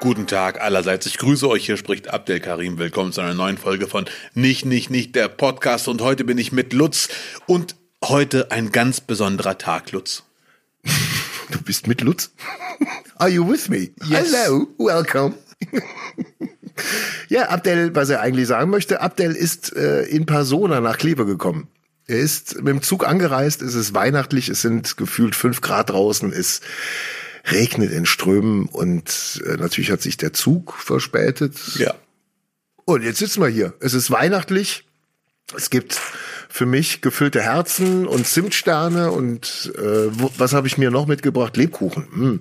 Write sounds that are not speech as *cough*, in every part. Guten Tag allerseits. Ich grüße euch. Hier spricht Abdel Karim. Willkommen zu einer neuen Folge von Nicht, Nicht, Nicht, der Podcast. Und heute bin ich mit Lutz. Und heute ein ganz besonderer Tag, Lutz. Du bist mit Lutz? Are you with me? Yes. Hello, welcome. ja, Abdel, was er eigentlich sagen möchte, Abdel ist äh, in Persona nach Kleve gekommen. Er ist mit dem Zug angereist, es ist weihnachtlich, es sind gefühlt fünf Grad draußen, es regnet in Strömen und äh, natürlich hat sich der Zug verspätet. Ja. Und jetzt sitzen wir hier. Es ist weihnachtlich. Es gibt für mich gefüllte Herzen und Zimtsterne und äh, wo, was habe ich mir noch mitgebracht? Lebkuchen. Hm.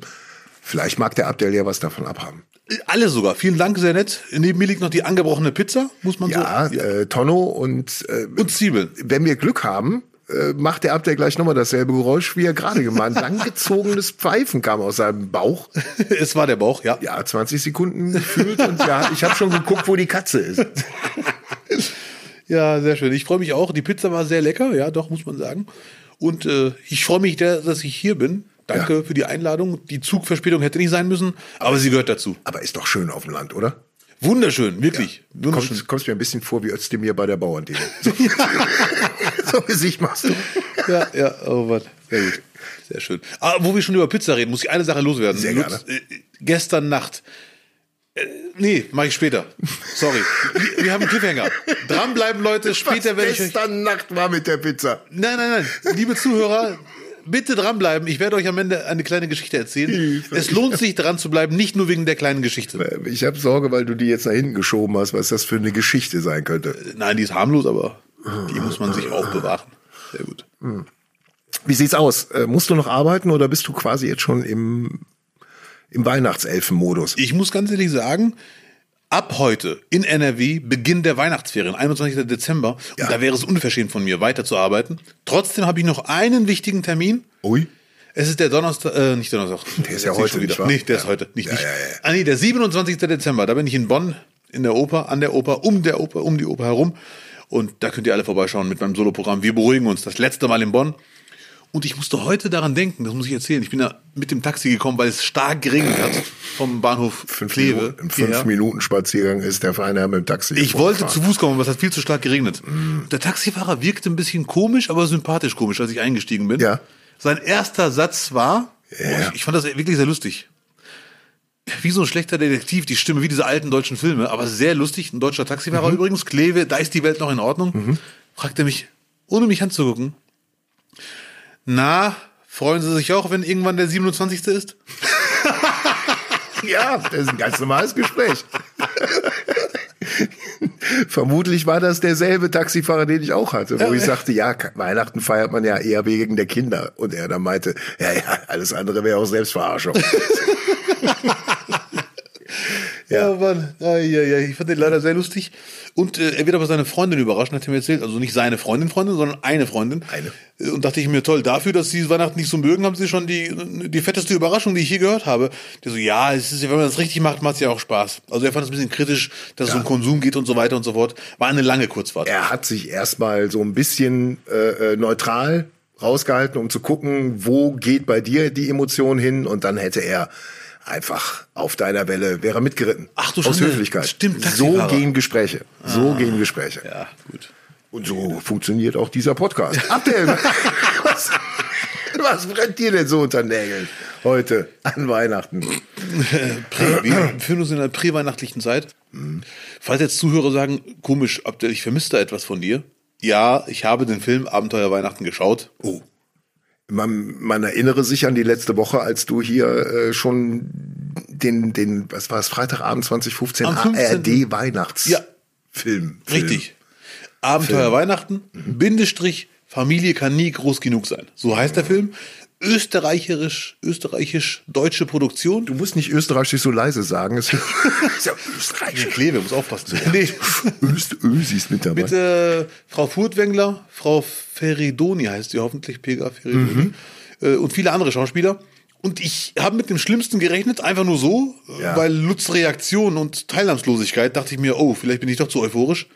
Vielleicht mag der Abdel ja was davon abhaben. Alle sogar. Vielen Dank, sehr nett. Neben mir liegt noch die angebrochene Pizza, muss man Ja, so. äh, Tonno und äh, Und Zwiebeln. *laughs* wenn wir Glück haben, äh, macht der Abdel gleich nochmal dasselbe Geräusch, wie er gerade gemacht hat. Langgezogenes Pfeifen kam aus seinem Bauch. es war der Bauch, ja. Ja, 20 Sekunden gefühlt und ja, ich habe schon geguckt, wo die Katze ist. Ja, sehr schön. Ich freue mich auch. Die Pizza war sehr lecker, ja, doch, muss man sagen. Und äh, ich freue mich, der- dass ich hier bin. Danke für die Einladung. Die Zugverspätung hätte nicht sein müssen, aber sie gehört dazu. Aber ist doch schön auf dem Land, oder? Wunderschön, wirklich. Wunderschön. Kommst, kommst mir ein bisschen vor wie Özdemir bei der *laughs* Bauerndemo. So, so ein Gesicht machst *laughs* du. ja, *laughs* ja, oh Mann. Sehr gut. Sehr schön. Ah, wo wir schon über Pizza reden, muss ich eine Sache loswerden. Sehr Lutz, äh, gestern Nacht. Äh, nee, mache ich später. Sorry. Wir, wir haben einen Cliffhanger. Dranbleiben, Leute. Später werde ich euch. gestern Nacht war mit der Pizza. Nein, nein, nein. Liebe Zuhörer, bitte dranbleiben. Ich werde euch am Ende eine kleine Geschichte erzählen. Es lohnt sich, dran zu bleiben, nicht nur wegen der kleinen Geschichte. Äh, Ich habe Sorge, weil du die jetzt nach hinten geschoben hast, was das für eine Geschichte sein könnte. Nein, die ist harmlos, aber die muss man sich auch bewahren. Sehr gut. Wie sieht's aus? Äh, musst du noch arbeiten oder bist du quasi jetzt schon im, im Weihnachtselfen-Modus? Ich muss ganz ehrlich sagen, ab heute in NRW Beginn der Weihnachtsferien, 21. Dezember, Ja. und da wäre es unverschämt von mir, weiterzuarbeiten. Trotzdem habe ich noch einen wichtigen Termin. Ui. Es ist der Donnerstag, äh, nicht Donnerstag. Der ist ja heute, nicht wahr? Nee, der ist Ja. heute. Nicht, Ja, nicht. ja, ja. Ah, nee, der 27. Dezember, da bin ich in Bonn, in der Oper, an der Oper, um der Oper, um die Oper herum. Und da könnt ihr alle vorbeischauen mit meinem Soloprogramm. Wir beruhigen uns. Das letzte Mal in Bonn. Und ich musste heute daran denken, das muss ich erzählen. Ich bin da mit dem Taxi gekommen, weil es stark geregnet hat vom Bahnhof Fünf Kleve. Minuten, Im hierher. Fünf-Minuten-Spaziergang ist der Mm. feine Herr mit dem Taxi. Ich wollte zu Fuß kommen, aber es hat viel zu stark geregnet. Der Taxifahrer wirkte ein bisschen komisch, aber sympathisch komisch, als ich eingestiegen bin. Ja. Sein erster Satz war, Ja. oh, ich, ich fand das wirklich sehr lustig. Wie so ein schlechter Detektiv, die Stimme wie diese alten deutschen Filme, aber sehr lustig. Ein deutscher Taxifahrer Mhm. übrigens, Kleve, da ist die Welt noch in Ordnung. Fragte mich, ohne mich anzugucken, na, freuen Sie sich auch, wenn irgendwann der 27. ist? Ja, das ist ein ganz normales Gespräch. Vermutlich war das derselbe Taxifahrer, den ich auch hatte, wo ich sagte, ja, Weihnachten feiert man ja eher wegen der Kinder. Und er dann meinte, ja, ja, alles andere wäre *laughs* auch Selbstverarschung. Ja, Oh Mann. Ja, ja, ja. Ich fand den leider sehr lustig. Und äh, er wird aber seine Freundin überraschen, hat er mir erzählt. Also nicht seine Freundin, Freundin, sondern eine Freundin. Eine. Äh, Und dachte ich mir, toll, dafür, dass sie Weihnachten nicht so mögen, haben sie schon die, die fetteste Überraschung, die ich je gehört habe. Der so, ja, es ist, ja, wenn man das richtig macht, macht es ja auch Spaß. Also er fand es ein bisschen kritisch, dass es um Konsum geht und so weiter und so fort. War eine lange Kurzfahrt. Er hat sich erstmal so ein bisschen äh, äh, neutral rausgehalten, um zu gucken, wo geht bei dir die Emotion hin. Und dann hätte er einfach auf deiner Welle, wäre er mitgeritten. Ach du Aus Schande. Höflichkeit. Stimmt, so Taxifahrer. Ah. gehen Gespräche. So gehen Gespräche. ja gut. Und so funktioniert auch dieser *laughs* Podcast. Abdel, was, was brennt dir denn so unter den Nägeln heute an Weihnachten? Prä, *clears throat* wir befinden uns in einer präweihnachtlichen Zeit. Mhm. Falls jetzt Zuhörer sagen, komisch, Abdel, ich vermisse da etwas von dir. Ja, ich habe den Film Abenteuer Weihnachten geschaut. Oh. Man, man erinnere sich an die letzte Woche, als du hier äh, schon den, den, was war es, Freitagabend 2015, Am 15. ARD Weihnachtsfilm. Ja. Film. Mhm. Richtig. Abenteuer Weihnachten, Bindestrich, Familie kann nie groß genug sein. So heißt der Film. Österreicherisch, österreichisch-deutsche Produktion. Du musst nicht österreichisch so leise sagen. Es *laughs* ist ja österreichisch. Klebe, muss aufpassen. *laughs* Nee. Öst, Ösis mit dabei. Mit äh, Frau Furtwängler, Frau Feridoni heißt sie hoffentlich, Pega Mhm. Feridoni, äh, und viele andere Schauspieler. Und ich habe mit dem Schlimmsten gerechnet, einfach nur so, äh, Ja. weil Lutz Reaktion und Teilnahmslosigkeit dachte ich mir, oh, vielleicht bin ich doch zu Mhm. euphorisch.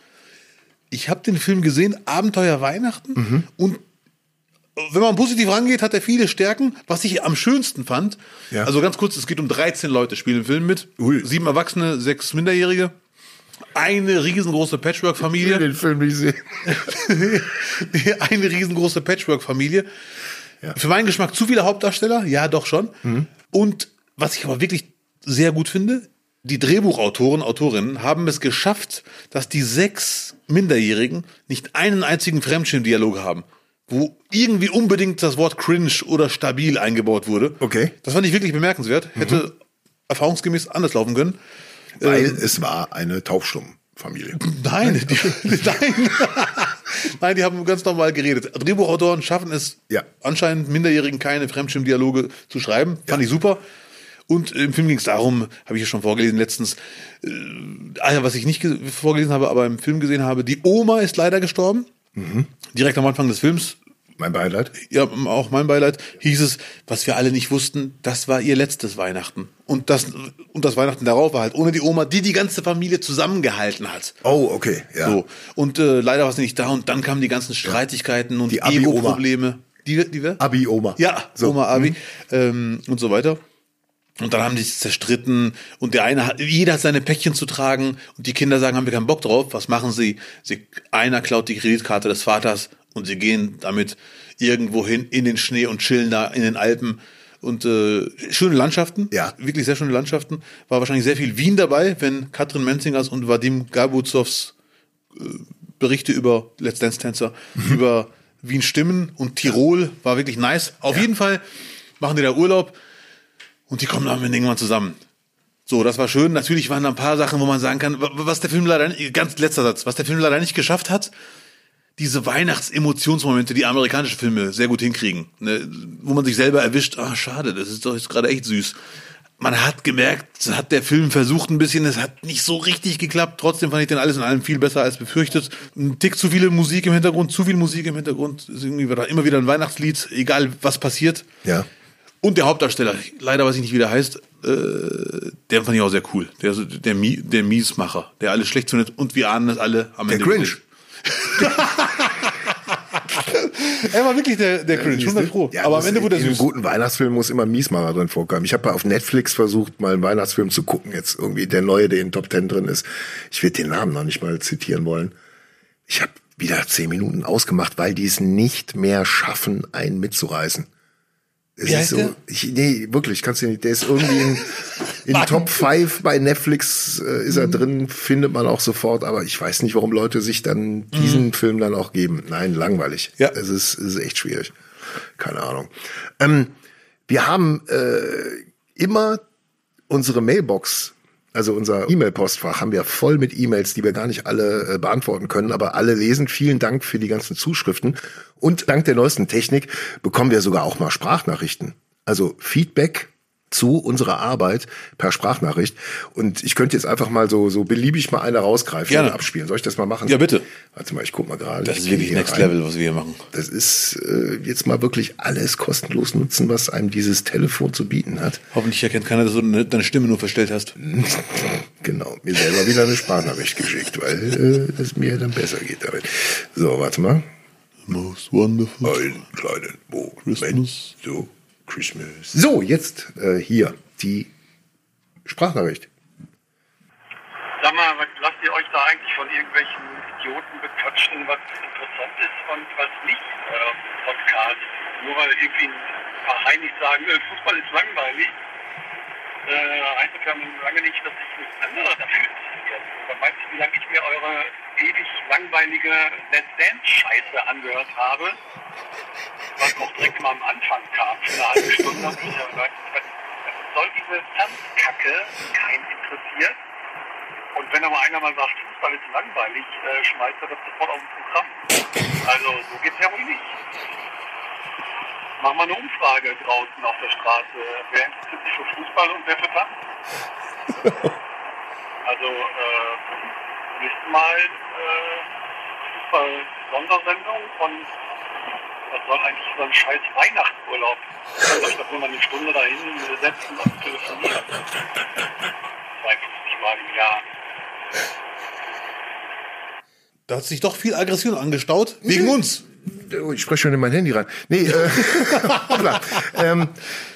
Ich habe den Film gesehen, Abenteuer Weihnachten, und äh, wenn man positiv rangeht, hat er viele Stärken. Was ich am schönsten fand, Ja. also ganz kurz, es geht um 13 Leute, spielen im Film mit. Ui. Sieben Erwachsene, sechs Minderjährige. Eine riesengroße Ich will Patchwork-Familie. den Film nicht sehen. *laughs* eine riesengroße Patchwork-Familie. Ja. Mhm. Für meinen Geschmack zu viele Hauptdarsteller, ja, doch schon. Und was ich aber wirklich sehr gut finde, die Drehbuchautoren, Autorinnen haben es geschafft, dass die sechs Minderjährigen nicht einen einzigen Fremdschirmdialog haben, wo irgendwie unbedingt das Wort cringe oder stabil eingebaut wurde. Okay. Mhm. Das fand ich wirklich bemerkenswert. Hätte erfahrungsgemäß anders laufen können. Weil es war eine Taubstummenfamilie. Nein, die, *laughs* nein. nein, die haben ganz normal geredet. Drehbuchautoren schaffen es Ja. anscheinend Minderjährigen keine Fremdschirmdialoge zu schreiben. Fand ich super. Und im Film ging es darum, habe ich ja schon vorgelesen letztens, äh, ah ja, was ich nicht ge- vorgelesen habe, aber im Film gesehen habe, die Oma ist leider gestorben. Direkt am Anfang des Films Mein Beileid. ja, auch mein Beileid, hieß es, was wir alle nicht wussten, das war ihr letztes Weihnachten. Und das, und das Weihnachten darauf war halt ohne die Oma, die die ganze Familie zusammengehalten hat. Oh, okay. Ja. So. Und äh, leider war sie nicht da und dann kamen die ganzen Streitigkeiten und Die Abi-Oma. Ego-Probleme. Die, die wer? Abi-Oma. Ja, So. Mhm. Oma Abi ähm, und so weiter. Und dann haben die sich zerstritten und der eine hat, jeder hat seine Päckchen zu tragen und die Kinder sagen, haben wir keinen Bock drauf. Was machen sie? sie? Einer klaut die Kreditkarte des Vaters und sie gehen damit irgendwo hin in den Schnee und chillen da in den Alpen. Und äh, schöne Landschaften, Ja. wirklich sehr schöne Landschaften. War wahrscheinlich sehr viel Wien dabei, wenn Katrin Menzingers und Vadim Gabuzows Berichte über Let's Dance Tänzer, über Wien stimmen und Tirol war wirklich nice. Auf jeden Fall machen die da Urlaub und die kommen dann irgendwann zusammen. So, das war schön. Natürlich waren da ein paar Sachen, wo man sagen kann, wa- was der Film leider nicht, ganz letzter Satz, was der Film leider nicht geschafft hat, diese Weihnachtsemotionsmomente, die amerikanische Filme sehr gut hinkriegen, ne, wo man sich selber erwischt, ah, schade, das ist doch jetzt gerade echt süß. Man hat gemerkt, das hat der Film versucht ein bisschen, es hat nicht so richtig geklappt. Trotzdem fand ich den alles in allem viel besser als befürchtet. Ein Tick zu viele Musik im Hintergrund, zu viel Musik im Hintergrund, ist irgendwie wieder- immer wieder ein Weihnachtslied, egal was passiert. Ja. Und der Hauptdarsteller, leider weiß ich nicht, wie der heißt, äh, der fand ich auch sehr cool. Der, der, Mie- der Miesmacher, der alles schlecht findet und wir ahnen es alle am Der Ende. Grinch. *laughs* Er war wirklich der, der Cringe, 100 Pro. Ja, Aber am muss- Ende wurde er in einem süß. guten Weihnachtsfilm muss immer ein Miesmacher drin vorkommen. Ich habe auf Netflix versucht, mal einen Weihnachtsfilm zu gucken, jetzt irgendwie der neue, der in Top Ten drin ist. Ich werde den Namen noch nicht mal zitieren wollen. Ich habe wieder zehn Minuten ausgemacht, weil die es nicht mehr schaffen, einen mitzureißen. Es Wie heißt ist so, der? ich, nee, wirklich, kannst du nicht. Der ist irgendwie in, in Top 5 bei Netflix äh, ist er drin, findet man auch sofort, aber ich weiß nicht, warum Leute sich dann diesen Film dann auch geben. Nein, langweilig. Ja. Es ist, es ist echt schwierig. Keine Ahnung. Ähm, wir haben äh, immer unsere Mailbox, also unser E-Mail-Postfach, haben wir voll mit E-Mails, die wir gar nicht alle äh, beantworten können, aber alle lesen. Vielen Dank für die ganzen Zuschriften. Und dank der neuesten Technik bekommen wir sogar auch mal Sprachnachrichten. Also Feedback zu unserer Arbeit per Sprachnachricht. Und ich könnte jetzt einfach mal so, so beliebig mal eine rausgreifen Gerne. und abspielen. Soll ich das mal machen? Ja, bitte. Warte mal, ich guck mal gerade. Das Ich ist geh wirklich hier Next rein. Level, was wir hier machen. Das ist äh, jetzt mal wirklich alles kostenlos nutzen, was einem dieses Telefon zu bieten hat. Hoffentlich erkennt keiner, dass du ne, deine Stimme nur verstellt hast. Genau, mir selber wieder eine Sprachnachricht geschickt, weil äh, es mir dann besser geht damit. So, warte mal. Most wonderful. Einen kleinen Moment. Christmas. So, Christmas. So, jetzt äh, hier die Sprachnachricht. Sag mal, was lasst ihr euch da eigentlich von irgendwelchen Idioten bequatschen, was interessant ist und was nicht in eurem Podcast? Nur weil irgendwie ein paar Heinis sagen, äh, Fußball ist langweilig, äh, heißt das ja nun lange nicht, dass ich mich andere dafür interessiere. Man weiß nicht, wie lange ich mir eure ewig langweilige Let's Dance-Scheiße angehört habe, was auch direkt mal am Anfang kam, für eine halbe Stunde. Und ich habe gedacht, was was soll diese Tanzkacke? Kein interessiert. Und wenn aber einer mal sagt, Fußball ist langweilig, äh, schmeißt er das sofort aus dem Programm. Also so geht's ja wohl nicht. Machen wir eine Umfrage draußen auf der Straße. Wer interessiert sich für Fußball und wer für Tanz? Also äh, nächstes Mal äh, Fußball-Sondersendung und was soll eigentlich so ein scheiß Weihnachtsurlaub? Kann euch doch nur mal eine Stunde dahin setzen und telefonieren. 52 Mal im Jahr. Mhm. Da hat sich doch viel Aggression angestaut. Wegen uns. Oh, Ich spreche schon in mein Handy rein. Nee, äh, *laughs* hoppla. ähm,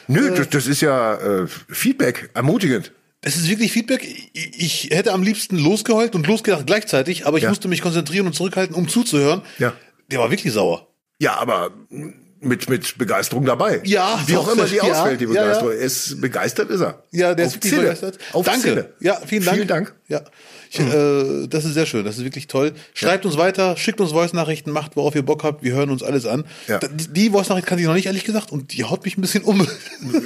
nö, das, das ist ja äh, Feedback, ermutigend. Es ist wirklich Feedback. Ich, ich hätte am liebsten losgeheult und losgedacht gleichzeitig, aber ich Ja. musste mich konzentrieren und zurückhalten, um zuzuhören. Ja. Der war wirklich sauer. Ja, aber mit, mit Begeisterung dabei. Ja, wie auch doch, immer die ja, ausfällt, die ja, ja. Begeisterung. Es begeistert ist er. Ja, der Auf ist wirklich Zille. begeistert. Auf Danke. Zille. Ja, vielen Dank. Vielen Dank. Mhm. Ja. Ich, äh, das ist sehr schön. Das ist wirklich toll. Schreibt uns weiter, schickt uns Voice-Nachrichten, macht, worauf ihr Bock habt. Wir hören uns alles an. Ja. Da- Die die Voice-Nachricht kannte ich noch nicht, ehrlich gesagt, und die haut mich ein bisschen um.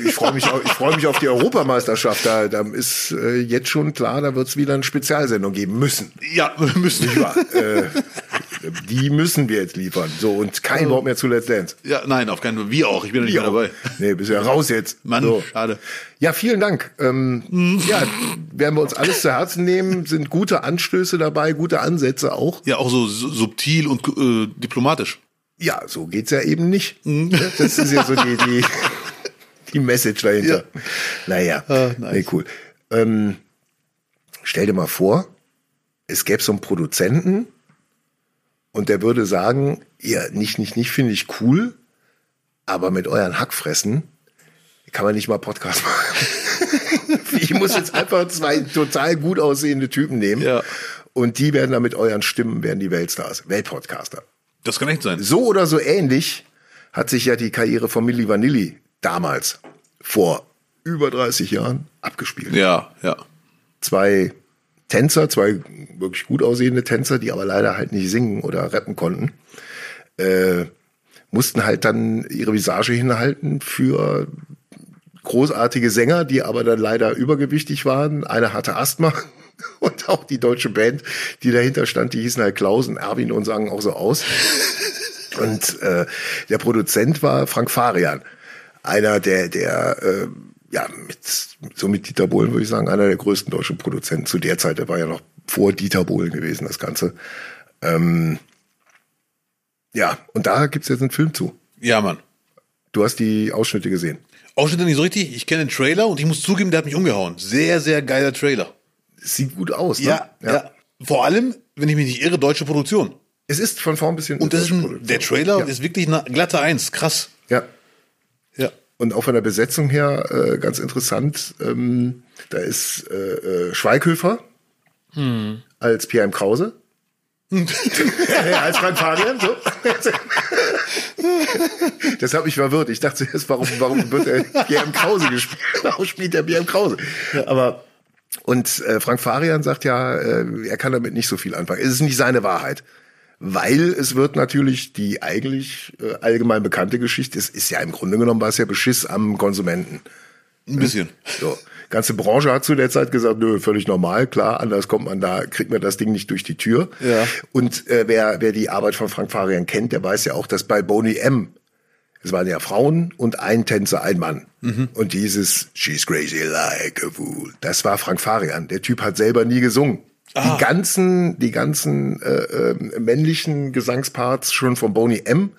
Ich freue mich, auf- ich freue mich auf die Europameisterschaft. Da, da ist äh, jetzt schon klar, da wird es wieder eine Spezialsendung geben müssen. ja, wir müssen. Ja, äh, die müssen wir jetzt liefern. So, und kein Wort mehr zu Let's Dance. Ja, nein, auf keinen Fall. Wir auch. Ich Also- bin ja nicht mehr dabei. Nee, bist ja raus jetzt. Mann, so. schade. Mhm. Ja, vielen Dank. Ähm, ja, werden wir uns alles zu Herzen nehmen. Sind gute Anstöße dabei, gute Ansätze auch. Ja, auch so su- subtil und äh, diplomatisch. Ja, so geht's ja eben nicht. Mhm. Das ist ja so die, die, die Message dahinter. Naja, Ah, nice. nee, cool. Ähm, stell dir mal vor, es gäbe so einen Produzenten und der würde sagen, ja, nicht, nicht, nicht finde ich cool, aber mit euren Hackfressen kann man nicht mal Podcast machen. *laughs* ich muss jetzt einfach zwei total gut aussehende Typen nehmen Ja. und die werden dann mit euren Stimmen, werden die Weltstars, Weltpodcaster. Das kann echt sein. So oder so ähnlich hat sich ja die Karriere von Milli Vanilli damals vor über 30 Jahren abgespielt. Ja, ja. Zwei Tänzer, zwei wirklich gut aussehende Tänzer, die aber leider halt nicht singen oder rappen konnten, äh, mussten halt dann ihre Visage hinhalten für großartige Sänger, die aber dann leider übergewichtig waren. Einer hatte Asthma *laughs* und auch die deutsche Band, die dahinter stand, die hießen halt Klausen, Erwin und sangen auch so aus. Und äh, der Produzent war Frank Farian, einer der, der äh, ja, mit, so mit Dieter Bohlen würde ich sagen, einer der größten deutschen Produzenten zu der Zeit. Der war ja noch vor Dieter Bohlen gewesen, das Ganze. Ähm, ja, und da gibt's jetzt einen Film zu. Ja, Mann. Du hast die Ausschnitte gesehen. Ausschnitte nicht so richtig. Ich kenne den Trailer und ich muss zugeben, der hat mich umgehauen. Sehr, sehr geiler Trailer. Sieht gut aus, ne? Ja, ja. Vor allem, wenn ich mich nicht irre, deutsche Produktion. Es ist von vorn bis hinten. Und das ist ein, Produktion. der Trailer Ja. ist wirklich eine glatte Eins. Krass. ja. Ja. Und auch von der Besetzung her äh, ganz interessant. Ähm, da ist äh, äh, Schweighöfer als P.M. Krause. ja, als Frank Farian, so. Das hat mich verwirrt. Ich dachte *laughs* zuerst, warum, warum wird er P.M. Krause gespielt? Warum spielt er P.M. Krause? Aber und äh, Frank Farian sagt ja, äh, er kann damit nicht so viel anfangen. Es ist nicht seine Wahrheit. Weil es wird natürlich die eigentlich äh, allgemein bekannte Geschichte, es ist ja im Grunde genommen war es ja Beschiss am Konsumenten. Ein bisschen. So. Ganze Branche hat zu der Zeit gesagt, nö, völlig normal, klar, anders kommt man da, kriegt man das Ding nicht durch die Tür. Ja. Und äh, wer, wer die Arbeit von Frank Farian kennt, der weiß ja auch, dass bei Boney M. Es waren ja Frauen und ein Tänzer, ein Mann. Mhm. Und dieses She's crazy like a fool, das war Frank Farian. Der Typ hat selber nie gesungen. Ah. Die ganzen, die ganzen äh, äh, männlichen Gesangsparts schon von Boney M.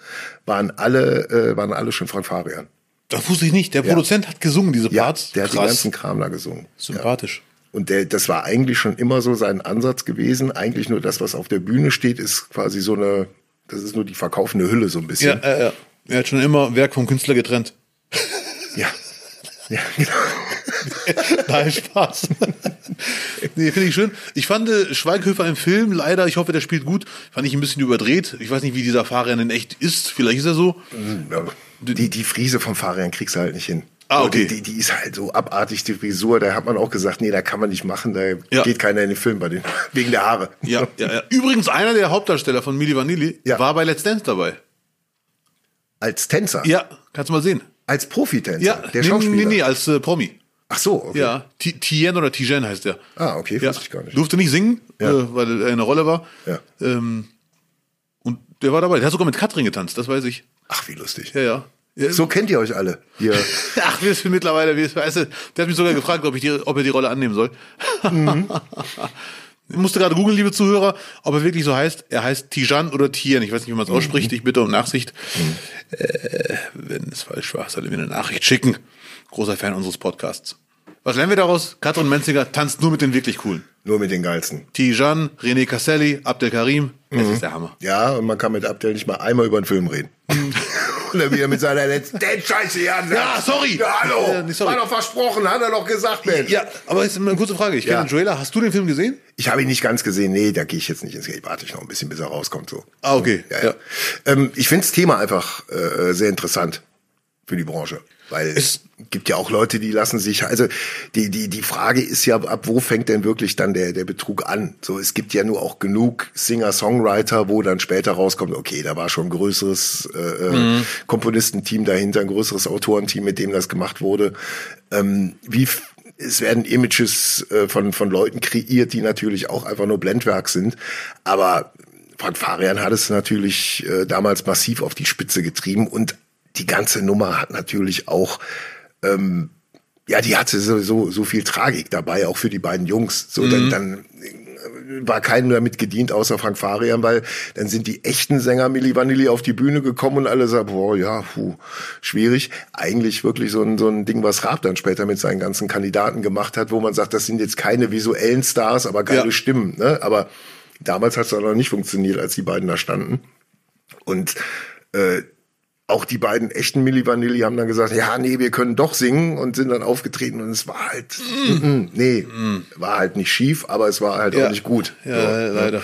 waren alle, äh, waren alle schon Frank Farian. Das wusste ich nicht. Der Produzent hat gesungen, diese Ja, Parts. der hat den Krass. ganzen Kram da gesungen. Sympathisch. Und der, das war eigentlich schon immer so sein Ansatz gewesen. Eigentlich nur das, was auf der Bühne steht, ist quasi so eine, das ist nur die verkaufende Hülle so ein Ja, bisschen. ja, ja. Er hat schon immer Werk vom Künstler getrennt. äh, Ja. Ja, genau. *laughs* Nein, Spaß. nee, finde ich schön. Ich fand äh, Schweighöfer im Film leider, ich hoffe, der spielt gut, fand ich ein bisschen überdreht. Ich weiß nicht, wie dieser Fahrer denn echt ist. Vielleicht ist er so. genau. *laughs* Die, die Frise vom Farian kriegst du halt nicht hin. Ah, okay. Die, die, die ist halt so abartig, die Frisur. Da hat man auch gesagt, nee, da kann man nicht machen, da Ja. geht keiner in den Film bei den, *laughs* wegen der Haare. *laughs* *laughs* Ja, ja, ja. Übrigens, einer der Hauptdarsteller von Milli Vanilli Ja. war bei Let's Dance dabei. Als Tänzer, Ja, kannst du mal sehen. als Profitänzer, Ja, der Schauspieler. Nee, nee, als äh, Promi. Ach so, okay. Ja, Ti- Tien oder Tijen heißt der. Ah, okay, Ja. wusste ich gar nicht. Durfte nicht singen, Ja. äh, weil er in einer Rolle war. Ja. Ähm, und der war dabei. Der hat sogar mit Katrin getanzt, das weiß ich. Ach, wie lustig. Ja, ja. ja So kennt ihr euch alle. Ihr *laughs* Ach, wir sind mittlerweile, wir weißt du, der hat mich sogar gefragt, ob, ich die, ob er die Rolle annehmen soll. Mhm. ich *laughs* musste gerade googeln, liebe Zuhörer, ob er wirklich so heißt. Er heißt Tijan oder Tian. Ich weiß nicht, wie man es ausspricht. Ich bitte um Nachsicht. Äh, wenn es falsch war, soll er mir eine Nachricht schicken. Großer Fan unseres Podcasts. Was lernen wir daraus? Katrin Menziger tanzt nur mit den wirklich coolen. nur mit den Geilsten. Tijan, René Casselli, Abdel Karim. Das ist der Hammer. Ja, und man kann mit Abdel nicht mal einmal über einen Film reden. Oder wie er mit seiner letzten *laughs* den Scheiße hier ansetzt. Ja, sorry. Ja, hallo. Ja, nee, sorry. War doch versprochen, hat er doch gesagt, Mensch. Ja, aber jetzt mal eine kurze Frage. Ich Ja. kenne den Trailer. Hast du den Film gesehen? Ich habe ihn nicht ganz gesehen. Nee, da gehe ich jetzt nicht ins Geld. Warte ich noch ein bisschen, bis er rauskommt. So. Ah, okay. Ja, ja. Ähm, ich finde das Thema einfach äh, sehr interessant für die Branche. Weil es gibt ja auch Leute, die lassen sich, also die, die, die Frage ist ja, ab wo fängt denn wirklich dann der, der Betrug an? So, es gibt ja nur auch genug Singer-Songwriter, wo dann später rauskommt, okay, da war schon ein größeres äh, äh, Komponistenteam dahinter, ein größeres Autorenteam, mit dem das gemacht wurde. Ähm, wie f- es werden Images äh, von, von Leuten kreiert, die natürlich auch einfach nur Blendwerk sind. Aber Frank Farian hat es natürlich äh, damals massiv auf die Spitze getrieben und die ganze Nummer hat natürlich auch, ähm, ja, die hatte sowieso so viel Tragik dabei, auch für die beiden Jungs. So, dann, dann äh, war keinem damit gedient, außer Frank Farian, weil dann sind die echten Sänger Milli Vanilli auf die Bühne gekommen und alle sagen, boah, ja, puh, schwierig. Eigentlich wirklich so ein, so ein Ding, was Raab dann später mit seinen ganzen Kandidaten gemacht hat, wo man sagt, das sind jetzt keine visuellen Stars, aber geile Ja. Stimmen. Ne? Aber damals hat es noch nicht funktioniert, als die beiden da standen. Und äh, auch die beiden echten Milli Vanilli haben dann gesagt, ja, nee, wir können doch singen und sind dann aufgetreten und es war halt, mm, nee, war halt nicht schief, aber es war halt auch nicht gut. Ja, leider.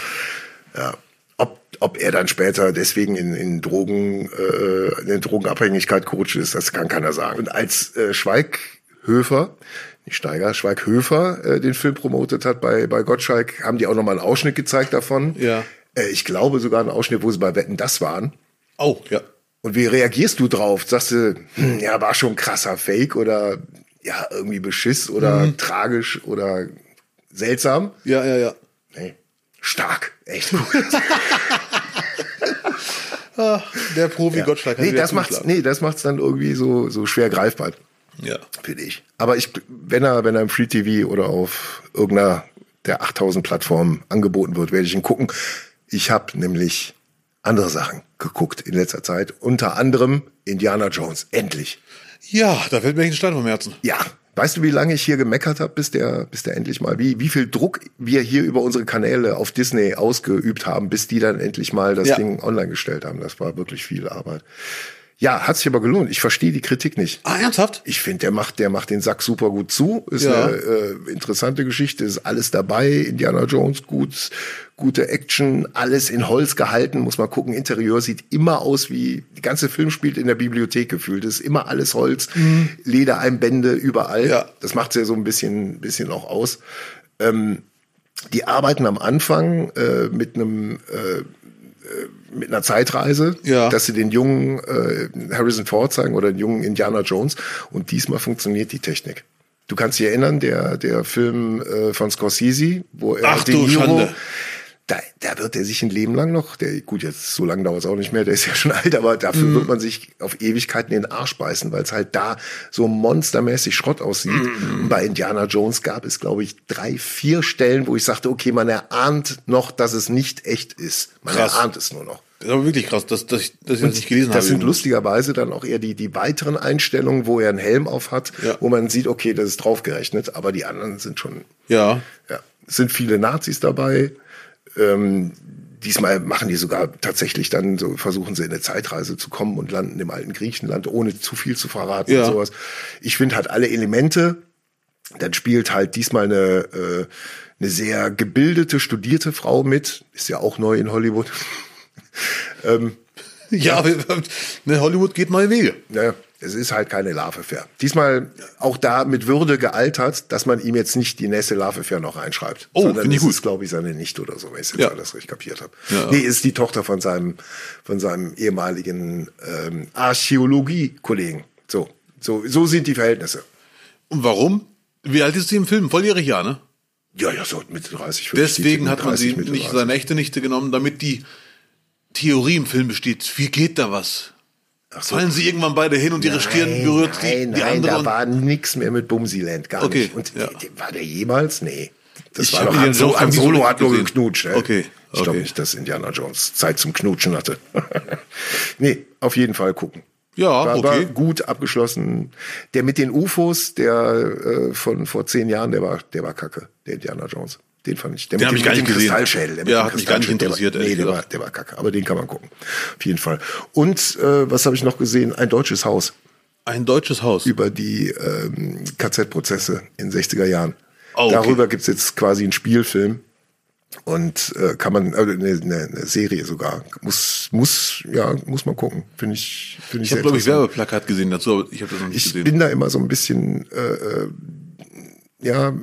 Ob, ob er dann später deswegen in, in Drogen, äh, in Drogenabhängigkeit gerutscht ist, das kann keiner sagen. Und als äh, Schweighöfer, nicht Steiger, Schweighöfer äh, den Film promotet hat bei, bei Gottschalk, haben die auch nochmal einen Ausschnitt gezeigt davon. Ja. Äh, ich glaube sogar einen Ausschnitt, wo sie bei Wetten das waren. Oh, ja. Und wie reagierst du drauf? Sagst du, hm, ja, war schon ein krasser Fake oder ja, irgendwie beschiss oder tragisch oder seltsam? Ja, ja, ja. Nee. Stark, echt gut. Ah, Der Profi Gottschalk hat nee, wieder das macht's, zugeschlagen. nee, das macht's dann irgendwie so, so schwer greifbar, Ja. finde ich. Aber ich, wenn er, wenn er im Free TV oder auf irgendeiner der 8000 Plattformen angeboten wird, werde ich ihn gucken. Ich habe nämlich andere Sachen geguckt in letzter Zeit, unter anderem Indiana Jones. Endlich. Ja, da fällt mir echt ein Stein vom Herzen. Ja. Weißt du, wie lange ich hier gemeckert habe, bis der, bis der endlich mal, wie, wie viel Druck wir hier über unsere Kanäle auf Disney ausgeübt haben, bis die dann endlich mal das Ja. Ding online gestellt haben. Das war wirklich viel Arbeit. Ja, hat sich aber gelohnt. Ich verstehe die Kritik nicht. Ah, ernsthaft? Ich finde, der macht, der macht den Sack super gut zu. Ist Ja. eine äh, interessante Geschichte, ist alles dabei. Indiana Jones, gut, gute Action, alles in Holz gehalten, muss man gucken. Interieur sieht immer aus wie, die ganze Film spielt in der Bibliothek gefühlt. Ist immer alles Holz, Ledereinbände überall. Mhm. Ja. Das macht ja so ein bisschen, bisschen auch aus. Ähm, die arbeiten am Anfang äh, mit einem äh, mit einer Zeitreise, Ja. dass sie den jungen äh, Harrison Ford zeigen oder den jungen Indiana Jones. Und diesmal funktioniert die Technik. Du kannst dich erinnern, der, der Film äh, von Scorsese, wo er Ach du Schande. Da, da wird er sich ein Leben lang noch, der, gut, jetzt so lange dauert es auch nicht mehr, der ist ja schon *laughs* alt, aber dafür Mhm. wird man sich auf Ewigkeiten in den Arsch beißen, weil es halt da so monstermäßig Schrott aussieht. Mhm. Und bei Indiana Jones gab es, glaube ich, drei, vier Stellen, wo ich sagte, okay, man erahnt noch, dass es nicht echt ist. Man Krass. Genau. erahnt es nur noch. Das ist aber wirklich krass, dass, dass, ich, dass ich das nicht gelesen Das habe. sind lustigerweise dann auch eher die, die weiteren Einstellungen, wo er einen Helm auf hat, Ja. wo man sieht, okay, das ist draufgerechnet, aber die anderen sind schon, Ja. ja, es sind viele Nazis dabei. Ähm, diesmal machen die sogar tatsächlich dann so, versuchen sie in eine Zeitreise zu kommen und landen im alten Griechenland, ohne zu viel zu verraten Ja. und sowas. Ich finde halt alle Elemente, dann spielt halt diesmal eine, äh, eine sehr gebildete, studierte Frau mit, ist ja auch neu in Hollywood. *laughs* Ähm, Ja, wir- ne, Hollywood geht neue Wege. Naja, es ist halt keine Love Affair. Diesmal auch da mit Würde gealtert, dass man ihm jetzt nicht die nächste Love Affair noch einschreibt. Oh, Sondern finde ich es gut. ist, glaube ich, seine Nichte oder so, wenn ich es jetzt Ja. alles richtig kapiert habe. Ja. Nee, ist die Tochter von seinem, von seinem ehemaligen ähm, Archäologie-Kollegen. So, so, so sind die Verhältnisse. Und warum? Wie alt ist sie im Film? Volljährig, ja, ne? Ja, ja, so Mitte 30. 40, Deswegen Mitte hat man 30, sie Mitte nicht 30. seine echte Nichte genommen, damit die Theorie im Film besteht. Wie geht da was? Ach so. Fallen sie irgendwann beide hin und ihre Stirn berührt nein, die, die nein, andere? da war nichts mehr mit Bumsiland, gar Okay, nicht. Und ja. die- war der jemals? Nee. Das Ich war hab doch ihn Han jetzt auch Solo, Han irgendwie so Solo nicht hat nur gesehen. geknutscht. ey. Okay, Ich glaube okay. nicht, dass Indiana Jones Zeit zum Knutschen hatte. *laughs* nee, auf jeden Fall gucken. Ja, war, war okay. gut abgeschlossen. Der mit den UFOs, der äh, von vor zehn Jahren, der war, der war kacke, der Indiana Jones. Den fand ich. Der Den hab mit ich dem- gar mit nicht dem gesehen. Kristallschädel. Der mit Ja, dem hat mich gar nicht Kristallschädel, der interessiert, War, ehrlich nee, der war, gesagt. der war kacke. Aber den kann man gucken. Auf jeden Fall. Und äh, was habe ich noch gesehen? Ein deutsches Haus Ein deutsches Haus. über die ähm, KZ-Prozesse in 60er Jahren. Oh, okay. Darüber gibt's jetzt quasi einen Spielfilm und äh, kann man, also eine, eine, eine Serie sogar. Muss, muss, ja, muss man gucken. Finde ich, finde Ich ich, habe, sehr glaube ich, interessant. Werbeplakat gesehen dazu, aber ich habe das noch nicht Ich gesehen. bin da immer so ein bisschen, äh, äh, ja,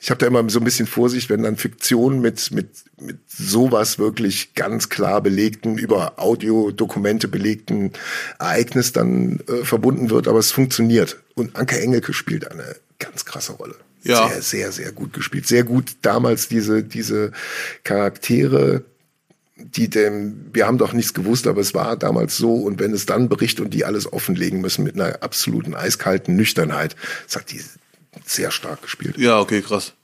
ich habe da immer so ein bisschen Vorsicht, wenn dann Fiktion mit, mit, mit sowas wirklich ganz klar belegten, über Audiodokumente belegten Ereignis dann äh, verbunden wird, aber es funktioniert. Und Anke Engelke spielt eine ganz krasse Rolle. Ja. Sehr, sehr, sehr gut gespielt. Sehr gut damals diese, diese Charaktere die dem, wir haben doch nichts gewusst, aber es war damals so. Und wenn es dann bricht und die alles offenlegen müssen mit einer absoluten eiskalten Nüchternheit, das hat die sehr stark gespielt. Ja, okay, krass.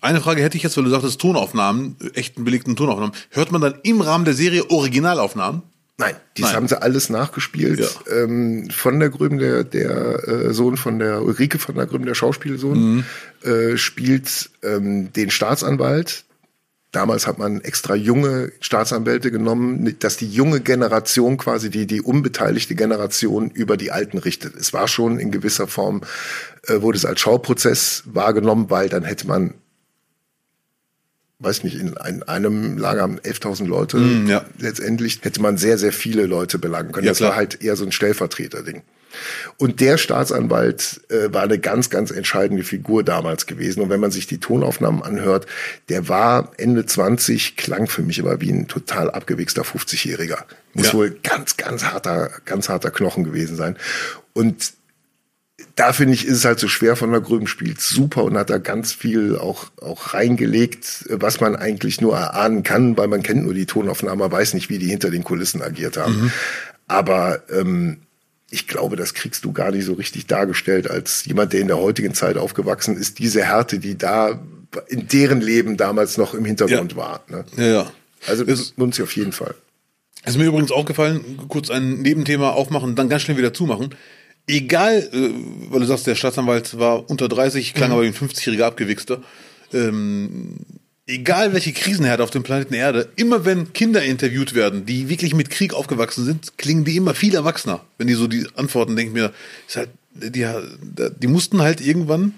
Eine Frage hätte ich jetzt, weil du sagtest Tonaufnahmen, äh, echten belegten Tonaufnahmen. Hört man dann im Rahmen der Serie Originalaufnahmen? Nein, dies Nein. haben sie alles nachgespielt. Ja. Ähm, von der Grüm, der, der äh, Sohn von der Ulrike von der Grüm, der Mhm. Schauspielsohn, äh, spielt ähm, den Staatsanwalt. Damals hat man extra junge Staatsanwälte genommen, dass die junge Generation quasi die, die unbeteiligte Generation über die Alten richtet. Es war schon in gewisser Form, äh, wurde es als Schauprozess wahrgenommen, weil dann hätte man weiß nicht, in ein, einem Lager haben 11.000 Leute. ja. Letztendlich hätte man sehr, sehr viele Leute belangen können. Ja, das klar. war halt eher so ein Stellvertreterding. Und der Staatsanwalt äh, war eine ganz, ganz entscheidende Figur damals gewesen. Und wenn man sich die Tonaufnahmen anhört, der war Ende 20, klang für mich aber wie ein total abgewichster 50-Jähriger. Muss Ja. wohl ganz, ganz harter, ganz harter Knochen gewesen sein. Und da finde ich, ist es halt so schwer von der Gröben spielt super und hat da ganz viel auch, auch reingelegt, was man eigentlich nur erahnen kann, weil man kennt nur die Tonaufnahme, weiß nicht, wie die hinter den Kulissen agiert haben. Aber ähm, ich glaube, das kriegst du gar nicht so richtig dargestellt als jemand, der in der heutigen Zeit aufgewachsen ist, diese Härte, die da in deren Leben damals noch im Hintergrund Ja. war. Ne? Ja, ja. Also Ist- lohnt sich auf jeden Fall. Ist mir übrigens aufgefallen, kurz ein Nebenthema aufmachen, dann ganz schnell wieder zumachen. Egal, äh, weil du sagst, der Staatsanwalt war unter 30, Mhm. klang aber wie ein 50-jähriger Abgewichster. Ähm, egal welche Krisenherd auf dem Planeten Erde, immer wenn Kinder interviewt werden, die wirklich mit Krieg aufgewachsen sind, klingen die immer viel erwachsener. Wenn die so die Antworten, denke ich mir, ist halt, die, die mussten halt irgendwann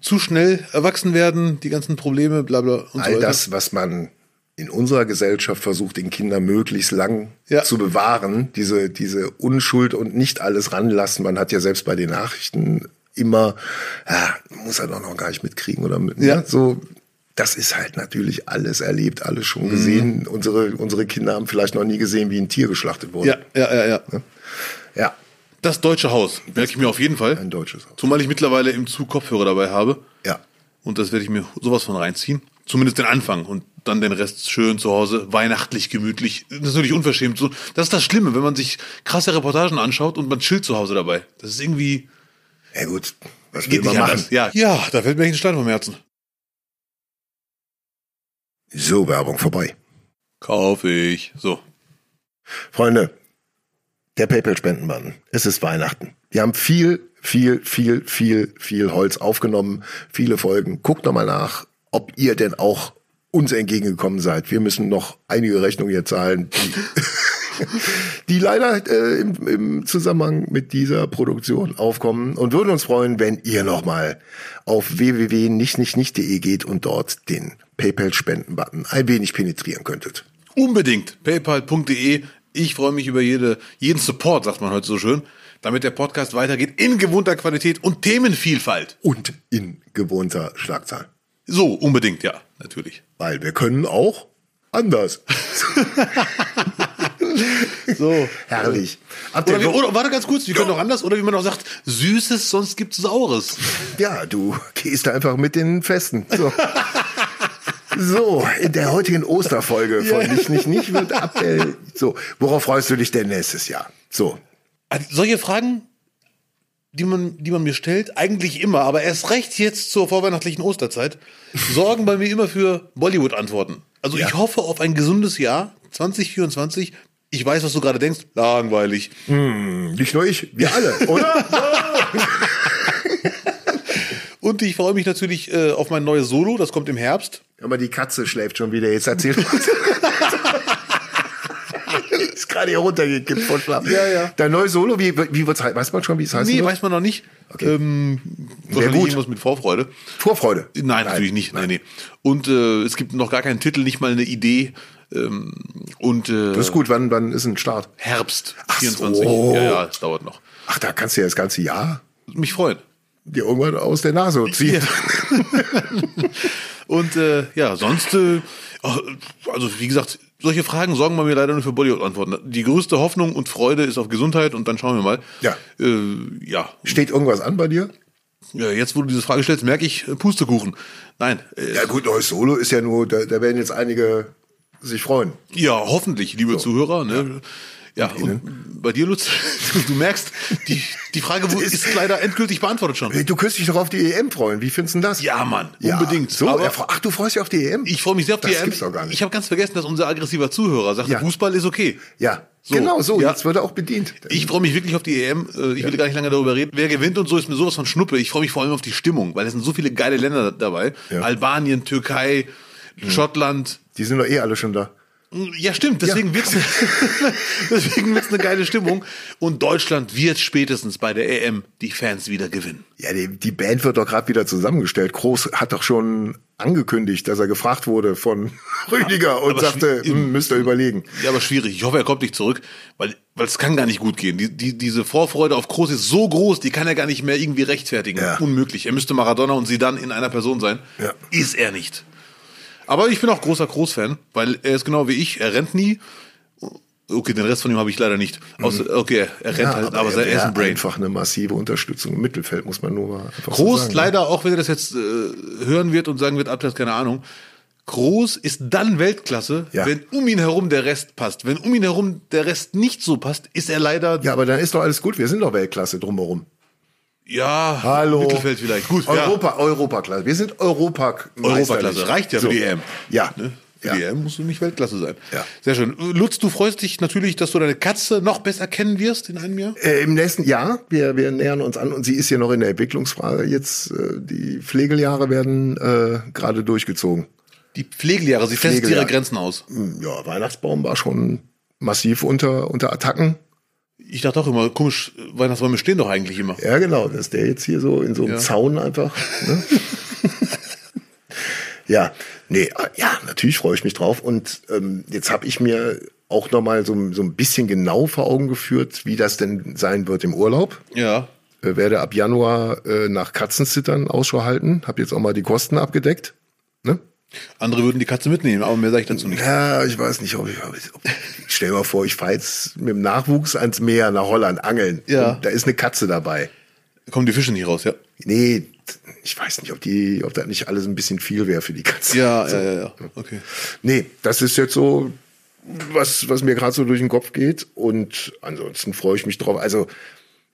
zu schnell erwachsen werden, die ganzen Probleme, bla bla und All weiter. das, was man in unserer Gesellschaft versucht, den Kindern möglichst lang Ja. zu bewahren, diese, diese Unschuld und nicht alles ranlassen. Man hat ja selbst bei den Nachrichten immer, ja, muss er doch noch gar nicht mitkriegen oder mit, Ja. ne? so. Das ist halt natürlich alles erlebt, alles Mhm. schon gesehen. Unsere, unsere Kinder haben vielleicht noch nie gesehen, wie ein Tier geschlachtet Ja, wurde. ja, ja, ja. Ja, Das deutsche Haus, merke ich mir auf jeden Fall. ein deutsches Haus. Zumal ich mittlerweile im Zug Kopfhörer dabei habe. Ja. Und das werde ich mir sowas von reinziehen. Zumindest den Anfang und dann den Rest schön zu Hause, weihnachtlich, gemütlich. Das ist natürlich unverschämt. So, das ist das Schlimme, wenn man sich krasse Reportagen anschaut und man chillt zu Hause dabei. Das ist irgendwie. Ja gut, was Geht will man nicht machen? anders. Ja. ja, da fällt mir echt ein Stein vom Herzen. So, Werbung vorbei. Kauf ich. So. Freunde, der PayPal-Spendenbutton. Es ist Weihnachten. Wir haben viel, viel, viel, viel, viel Holz aufgenommen, viele Folgen. Guckt nochmal nach, ob ihr denn auch uns entgegengekommen seid. Wir müssen noch einige Rechnungen jetzt zahlen, die, *laughs* die leider äh, im, im Zusammenhang mit dieser Produktion aufkommen und würden uns freuen, wenn ihr nochmal auf www.nichtnichtnicht.de geht und dort den PayPal-Spendenbutton ein wenig penetrieren könntet. Unbedingt. PayPal.de. Ich freue mich über jede, jeden Support, sagt man heute so schön, damit der Podcast weitergeht in gewohnter Qualität und Themenvielfalt. Und in gewohnter Schlagzahl. So, unbedingt, ja, natürlich. Weil wir können auch *laughs* anders. So. Herrlich. Ab Oder, wie, der Woche, oder warte ganz kurz, wir können auch anders, oder wie man auch sagt, Süßes, sonst gibt's Saures. ja, du gehst einfach mit den Festen. *laughs* So. so, in der heutigen Osterfolge von Nicht, Nicht, Nicht wird ab der, So, worauf freust du dich denn nächstes Jahr? So, Also Solche Fragen, die man, die man mir stellt, eigentlich immer, aber erst recht jetzt zur vorweihnachtlichen Osterzeit, sorgen bei mir immer für Bollywood-Antworten. Also ich hoffe auf ein gesundes Jahr 2024. Ich weiß, was du gerade denkst. Langweilig. *laughs* nicht nur ich, wir alle, oder? Und ich freue mich natürlich äh, auf mein neues Solo, das kommt im Herbst. Aber die Katze schläft schon wieder, jetzt erzählt *laughs* Ist gerade hier runtergekippt vor Schlaf. Ja, ja. Dein neues Solo, wie, wie wird's heißen? Weiß man schon, wie es heißt? Nee, weiß man noch nicht. Ähm, wahrscheinlich gut. irgendwas mit Vorfreude. Vorfreude. Nein, natürlich nicht. Nein. Nee, nee. Und äh, es gibt noch gar keinen Titel, nicht mal eine Idee. Ähm, und äh, Das ist gut, wann, wann ist ein Start? Herbst Ach 24. so. Ja, ja, es dauert noch. Ach, da kannst du ja das ganze Jahr Mich freuen. dir irgendwann aus der Nase ziehen. *laughs* Und äh, ja, sonst, äh, ach, also wie gesagt, solche Fragen sorgen bei mir leider nur für Bollywood-Antworten. Die größte Hoffnung und Freude ist auf Gesundheit und dann schauen wir mal. Ja. Äh, ja. Steht irgendwas an bei dir? ja. Jetzt, wo du diese Frage stellst, merke ich äh, Pustekuchen. Nein. Äh, Ja gut, neues Solo ist ja nur, da, da werden jetzt einige sich freuen. Ja, hoffentlich, liebe Zuhörer. Ne? Ja, und bei dir, Lutz, *laughs* du, du merkst, die, die Frage wo- ist leider endgültig beantwortet schon. Hey, Du könntest dich doch auf die EM freuen. Wie findest du denn das? Ja, Mann, unbedingt. So, Aber- er fre- ach, du freust dich auf die E EM? Ich freue mich sehr auf die Das EM. gibt's doch gar nicht. Ich habe ganz vergessen, dass unser aggressiver Zuhörer sagt, Ja. Fußball ist okay. ja, So, genau so. ja. Jetzt wird er auch bedient. Ich freue mich wirklich auf die EM. Äh, Ich will gar nicht lange darüber reden. Wer gewinnt und so ist mir sowas von Schnuppe. Ich freue mich vor allem auf die Stimmung, weil es sind so viele geile Länder dabei. Ja. Hm. Albanien, Türkei, Schottland. Die sind doch eh alle schon da. Ja, stimmt. Deswegen wird's *laughs* deswegen wird's eine geile Stimmung. Und Deutschland wird spätestens bei der EM die Fans wieder gewinnen. Ja, die, die Band wird doch gerade wieder zusammengestellt. Groß hat doch schon angekündigt, dass er gefragt wurde von *laughs* Rüdiger und aber sagte, schwi- hm, müsst ihr überlegen. Ja, aber schwierig. Ich hoffe, er kommt nicht zurück, weil weil es kann gar nicht gut gehen. Die, die, diese Vorfreude auf Groß ist so groß, die kann er gar nicht mehr irgendwie rechtfertigen. Ja. Unmöglich. Er müsste Maradona und Zidane in einer Person sein. Ja. Ist er nicht. Aber ich bin auch großer Groß-Fan, weil er ist genau wie ich. Er rennt nie. Okay, den Rest von ihm habe ich leider nicht. Außer, okay, er rennt halt, Mhm. aber, sein- er ist ein wäre Brain. einfach eine massive Unterstützung im Mittelfeld, muss man nur mal einfach Groß, so sagen. ne? leider, auch wenn er das jetzt äh, hören wird und sagen wird, Abteil, keine Ahnung. Groß ist dann Weltklasse, Ja. wenn um ihn herum der Rest passt. Wenn um ihn herum der Rest nicht so passt, ist er leider, ja, Ja, aber dann ist doch alles gut. Wir sind doch Weltklasse drumherum. Hallo. Mittelfeld vielleicht. Gut, Europa, Europaklasse. Wir sind Europa ja. Europaklasse. Reicht ja für die EM. Ja. Ne? Für ja. die EM musst du nicht Weltklasse sein. Ja. Sehr schön. Lutz, du freust dich natürlich, dass du deine Katze noch besser kennen wirst in einem Jahr. Äh, Im nächsten Jahr, wir, wir nähern uns an und sie ist hier noch in der Entwicklungsphase. Jetzt äh, die Pflegeljahre werden äh, gerade durchgezogen. Die Pflegeljahre, sie testen Pflegeljahre. ihre Grenzen aus. Hm, Ja, Weihnachtsbaum war schon massiv unter, unter Attacken. Ich dachte auch immer, komisch, Weihnachtsbäume stehen doch eigentlich immer. Ja, genau, dass der jetzt hier so in so einem Ja. Zaun einfach. Ne? *laughs* ja, nee, äh, ja, natürlich freue ich mich drauf. Und ähm, jetzt habe ich mir auch nochmal so, so ein bisschen genau vor Augen geführt, wie das denn sein wird im Urlaub. ja. Äh, werde ab Januar äh, nach Katzenzittern Ausschau halten. Habe jetzt auch mal die Kosten abgedeckt. Ne? Andere würden die Katze mitnehmen, aber mehr sage ich dazu nicht. Ja, ich weiß nicht, ob ich. Ob ich ob, stell dir mal vor, ich fahre jetzt mit dem Nachwuchs ans Meer nach Holland angeln. Ja. Und da ist eine Katze dabei. Kommen die Fische nicht raus, ja. Nee, ich weiß nicht, ob die, ob da nicht alles ein bisschen viel wäre für die Katze. Ja, ja, ja, ja. Okay. Nee, das ist jetzt so, was, was mir gerade so durch den Kopf geht. Und ansonsten freue ich mich drauf. Also,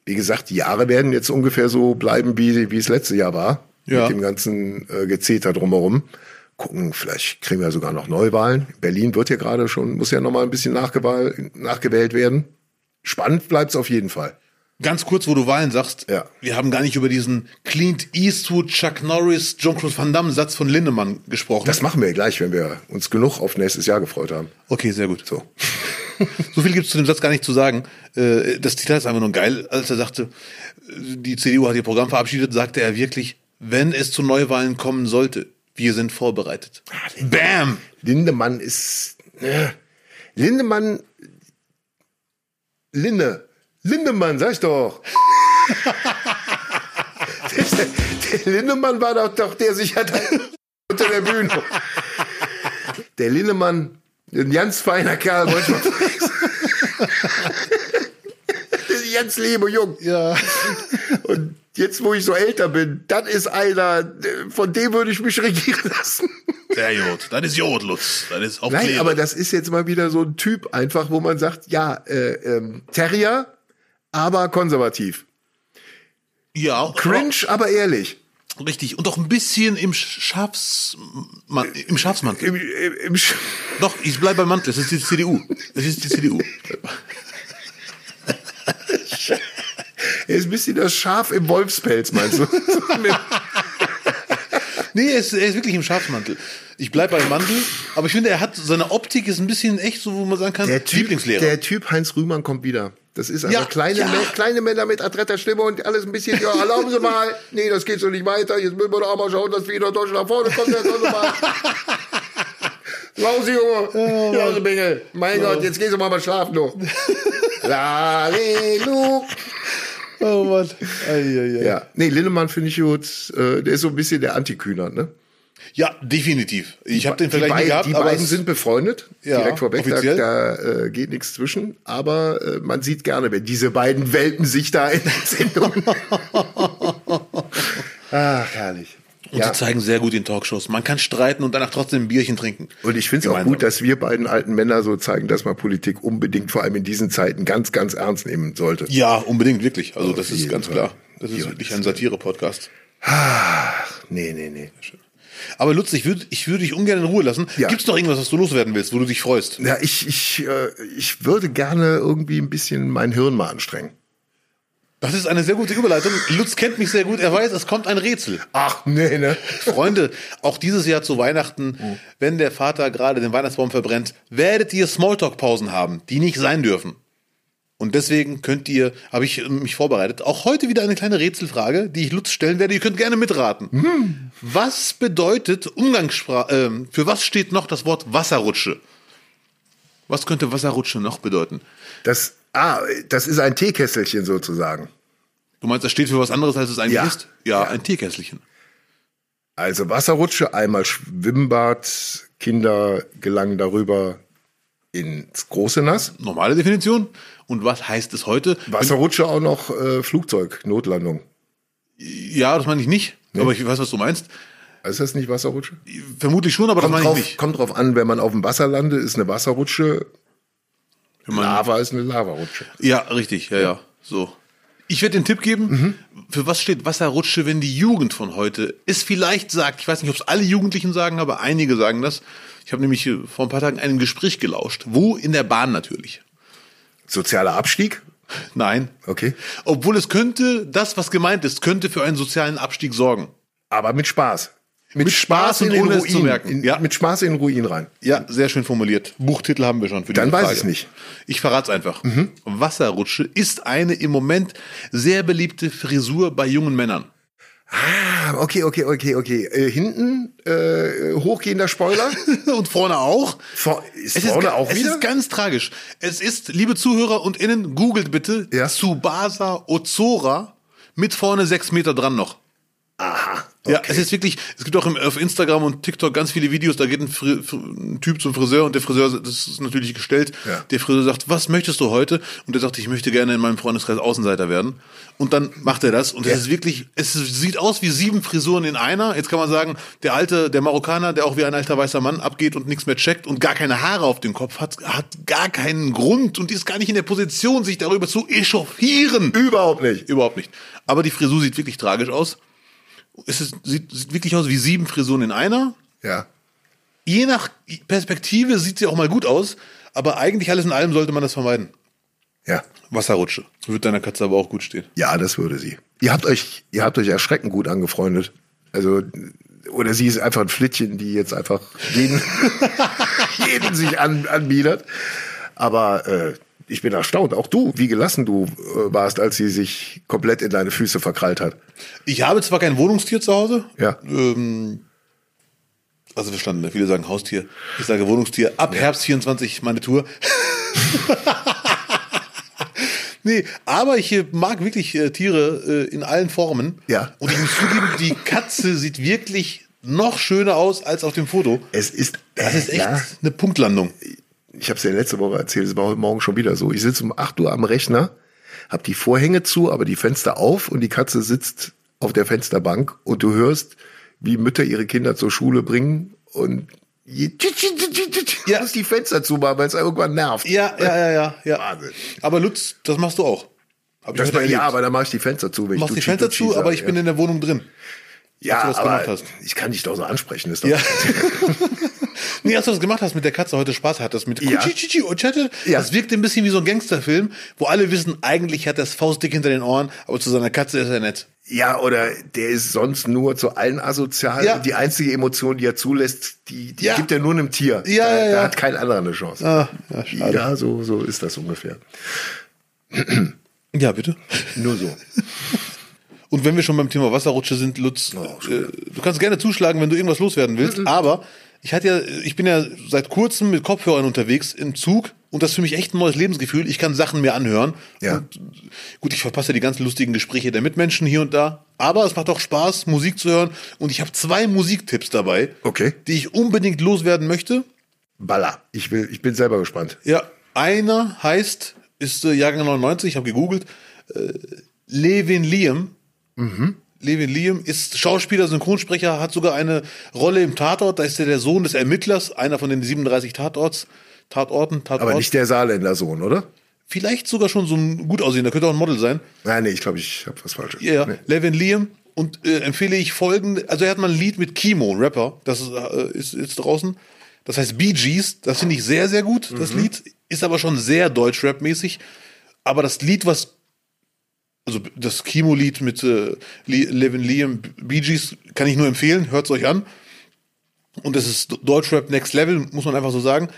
wie gesagt, die Jahre werden jetzt ungefähr so bleiben, wie, wie es letzte Jahr war. Ja. Mit dem ganzen äh, Gezeter drumherum. Gucken, vielleicht kriegen wir sogar noch Neuwahlen. Berlin wird ja gerade schon, muss ja noch mal ein bisschen nachgewahl, nachgewählt werden. Spannend bleibt's auf jeden Fall. Ganz kurz, wo du Wahlen sagst, Ja. wir haben gar nicht über diesen Clint Eastwood, Chuck Norris, John Claude Van Damme Satz von Lindemann gesprochen. Das machen wir gleich, wenn wir uns genug auf nächstes Jahr gefreut haben. okay, sehr gut. So. So viel gibt es zu dem Satz gar nicht zu sagen. Äh, Das Zitat ist einfach nur geil. Als er sagte, äh, die CDU hat ihr Programm verabschiedet, sagte er wirklich, wenn es zu Neuwahlen kommen sollte, wir sind vorbereitet. Bam! Ah, Lindemann ist. Äh, Lindemann. Linde. Lindemann, sag ich doch. *laughs* der, der Lindemann war doch, doch der sich hat unter der Bühne. Der Lindemann, ein ganz feiner Kerl, wollte ich mal *laughs* sagen. Der ist Ganz liebe Jung. Ja. Und jetzt, wo ich so älter bin, das ist einer, äh, von dem würde ich mich regieren lassen. Sehr gut. Das ist Jod, Lutz. Das ist auch Nein, Klebe. aber das ist jetzt mal wieder so ein Typ einfach, wo man sagt, ja, äh, ähm, Terrier, aber konservativ. ja, Cringe, aber ehrlich. Richtig. Und auch ein bisschen im Schafsmann, im Schafsmantel. Im, im, im Sch- Doch, ich bleibe beim Mantel. Es ist die CDU. Es ist die CDU. *laughs* er ist ein bisschen das Schaf im Wolfspelz, meinst du? So mit- Nee, er ist, er ist wirklich im Schafsmantel. Ich bleib beim Mantel, aber ich finde, er hat seine Optik ist ein bisschen echt so, wo man sagen kann, Der typ, Lieblingslehrer. der Typ Heinz Rühmann kommt wieder. Das ist einfach Ja, kleine, ja. Mä- kleine Männer mit adretter Stimme und alles ein bisschen, ja, erlauben *laughs* Sie mal. Nee, das geht so nicht weiter. Jetzt müssen wir doch mal schauen, dass wir in Deutschland nach vorne kommen. Jetzt sollen *laughs* Sie mal. Lausi, Junge. Lausi, Bengel. Mein Gott, jetzt gehen Sie mal mal *laughs* schlafen, du. Lalelu. oh Mann. Ei, ei, ei. Ja, nee, Lindemann finde ich gut. Äh, Der ist so ein bisschen der Antikühner, ne? ja, definitiv. Ich habe den Die, Vergleich bei, nicht gehabt, die aber beiden es- sind befreundet, Ja, direkt vorweg, da, offiziell. da äh, geht nichts zwischen, aber äh, man sieht gerne, wenn diese beiden Welpen sich da in der *laughs* Sendung... Ach, herrlich. und ja. sie zeigen sehr gut in Talkshows. Man kann streiten und danach trotzdem ein Bierchen trinken. Und ich finde es auch Gemeinsam. gut, dass wir beiden alten Männer so zeigen, dass man Politik unbedingt, vor allem in diesen Zeiten, ganz, ganz ernst nehmen sollte. Ja, unbedingt, wirklich. Also das ist jeden ganz Fall. klar. Das ist Ja, wirklich das- ein Satire-Podcast. Ach, nee, nee, nee. Aber Lutz, ich würde ich würd dich ungern in Ruhe lassen. Ja. Gibt's noch irgendwas, was du loswerden willst, wo du dich freust? Ja, ich, ich, äh, ich würde gerne irgendwie ein bisschen mein Hirn mal anstrengen. Das ist eine sehr gute Überleitung. Lutz kennt mich sehr gut. Er weiß, es kommt ein Rätsel. Ach, nee, ne? Freunde, auch dieses Jahr zu Weihnachten, wenn der Vater gerade den Weihnachtsbaum verbrennt, werdet ihr Smalltalk-Pausen haben, die nicht sein dürfen. Und deswegen könnt ihr, habe ich äh, mich vorbereitet, auch heute wieder eine kleine Rätselfrage, die ich Lutz stellen werde. Ihr könnt gerne mitraten. Was bedeutet Umgangssprache, ähm, für was steht noch das Wort Wasserrutsche? Was könnte Wasserrutsche noch bedeuten? Das, ah, das ist ein Teekesselchen sozusagen. Du meinst, das steht für was anderes, als es eigentlich Ja. ist? Ja, ein Teekesselchen. Also Wasserrutsche, einmal Schwimmbad, Kinder gelangen darüber ins große Nass. Normale Definition. Und was heißt es heute? Wasserrutsche auch noch äh, Flugzeug, Notlandung. Ja, das meine ich nicht. Aber ich weiß, was du meinst. Ist das nicht Wasserrutsche? Vermutlich schon, aber das Kommt meine ich drauf, nicht. kommt drauf an, wenn man auf dem Wasser landet, ist eine Wasserrutsche. Wenn man- Lava ist eine Lavarutsche. Ja, richtig, ja, ja. So. Ich werde den Tipp Mhm. geben, für was steht Wasserrutsche, wenn die Jugend von heute es vielleicht sagt, ich weiß nicht, ob es alle Jugendlichen sagen, aber einige sagen das. Ich habe nämlich äh, vor ein paar Tagen einem Gespräch gelauscht. Wo? In der Bahn natürlich. Sozialer Abstieg? Nein. Okay. Obwohl es könnte, das, was gemeint ist, könnte für einen sozialen Abstieg sorgen. Aber mit Spaß. Mit, Spaß und ohne es zu merken. In, Ja. Mit Spaß in den Ruin rein. Ja, sehr schön formuliert. Buchtitel haben wir schon für Dann diese weiß Frage. ich's nicht. Mhm. Ich verrat's einfach. Wasserrutsche ist eine im Moment sehr beliebte Frisur bei jungen *laughs* Männern. Ah, okay, okay, okay, okay. Äh, hinten äh, *laughs* hochgehender Spoiler. Und vorne auch. Vor, ist Es ist, vorne auch es wieder? ist ganz tragisch. Es ist, liebe Zuhörer und Innen, googelt bitte Ja. Tsubasa Ozora mit vorne sechs Meter dran noch. Aha. Ja, es ist wirklich, es gibt auch im, auf Instagram und TikTok ganz viele Videos, da geht ein, Fri Fr- ein Typ zum Friseur und der Friseur, das ist natürlich gestellt, Ja. der Friseur sagt, was möchtest du heute? Und der sagt, ich möchte gerne in meinem Freundeskreis Außenseiter werden. Und dann macht er das und es ist wirklich, es sieht aus wie sieben Frisuren in einer. Jetzt kann man sagen, der alte, der Marokkaner, der auch wie ein alter weißer Mann abgeht und nichts mehr checkt und gar keine Haare auf dem Kopf hat, hat gar keinen Grund und ist gar nicht in der Position, sich darüber zu echauffieren. Überhaupt nicht. Überhaupt nicht. Aber die Frisur sieht wirklich tragisch aus. Es ist, sieht, sieht wirklich aus wie sieben Frisuren in einer. Ja. Je nach Perspektive sieht sie auch mal gut aus, aber eigentlich alles in allem sollte man das vermeiden. Ja. Wasserrutsche. Wird deiner Katze aber auch gut stehen. Ja, das würde sie. Ihr habt euch, ihr habt euch erschreckend gut angefreundet. Also, oder sie ist einfach ein Flittchen, die jetzt einfach jeden, *laughs* jeden sich an, anbietet. Aber äh, ich bin erstaunt, auch du, wie gelassen du äh, warst, als sie sich komplett in deine Füße verkrallt hat. Ich habe zwar kein Wohnungstier zu Hause. Ja. Ähm, also verstanden, ne? viele sagen Haustier. Ich sage Wohnungstier. Ab Herbst 24 meine *laughs* Tour. nee, aber ich äh, mag wirklich äh, Tiere äh, in allen Formen. Ja. Und ich muss zugeben, die Katze sieht wirklich noch schöner aus als auf dem Foto. Es ist, äh, Das ist echt Ja, eine Punktlandung. ich habe es ja letzte Woche erzählt, es war heute Morgen schon wieder so. Ich sitze um 8 Uhr am Rechner, habe die Vorhänge zu, aber die Fenster auf und die Katze sitzt auf der Fensterbank und du hörst, wie Mütter ihre Kinder zur Schule bringen und je, Ja. ja. muss die Fenster zumachen, weil es irgendwann nervt. Ja, ja, ja, ja, ja. Wahnsinn. Aber Lutz, das machst du auch. Hab ich Das schon mal war, ja, erlebt. aber dann mache ich die Fenster zu. Wenn machst ich die Tutschi, Fenster Tutschi zu, aber sage, ich bin in der Wohnung drin. ja, du das aber gemacht hast. Ich kann dich doch so ansprechen. Ist doch Ja. *laughs* nee, als du das gemacht hast mit der Katze, heute Spaß hattest mit Ja. Kuchichichi und Chatte, Ja. das wirkt ein bisschen wie so ein Gangsterfilm, wo alle wissen, eigentlich hat er das Faustdick hinter den Ohren, aber zu seiner Katze ist er nett. Ja, oder der ist sonst nur zu allen asozial. Ja. Die einzige Emotion, die er zulässt, die, die Ja. gibt er nur einem Tier. Ja, da, ja, da ja. hat kein anderer eine Chance. Ah, ja, schade. ja, so, so ist das ungefähr. Ja, bitte. Nur so. Und wenn wir schon beim Thema Wasserrutsche sind, Lutz, äh, du kannst gerne zuschlagen, wenn du irgendwas loswerden willst, aber ich hatte ja, ich bin ja seit kurzem mit Kopfhörern unterwegs im Zug und das ist für mich echt ein neues Lebensgefühl. Ich kann Sachen mir anhören. Ja. Und, gut, ich verpasse die ganzen lustigen Gespräche der Mitmenschen hier und da, aber es macht auch Spaß, Musik zu hören und ich habe zwei Musiktipps dabei, Okay. die ich unbedingt loswerden möchte. Baller. Ich, will, ich bin selber gespannt. Ja, einer heißt, ist äh, Jahrgang 99, ich habe gegoogelt, äh, Levin Liam. Mhm. Levin Liam ist Schauspieler, Synchronsprecher, hat sogar eine Rolle im Tatort. Da ist er der Sohn des Ermittlers, einer von den 37 Tatorts, Tatorten, Tatort. Aber nicht der Saarländer Sohn, oder? Vielleicht sogar schon so ein gut aussehender, könnte auch ein Model sein. Nein, nee, ich glaube, ich habe was Falsches. Ja, ja. Nee. Levin Liam. Und äh, empfehle ich folgende, also er hat mal ein Lied mit Kimo, ein Rapper, das ist, äh, ist, ist draußen. Das heißt Bee Gees, das finde ich sehr, sehr gut, das Lied. Ist aber schon sehr Deutschrap-mäßig. Aber das Lied, was, also das Kimo-Lied mit äh, Li- Levin Liam, Bee Gees, kann ich nur empfehlen, hört's euch an. Und das ist Deutschrap Next Level, muss man einfach so sagen.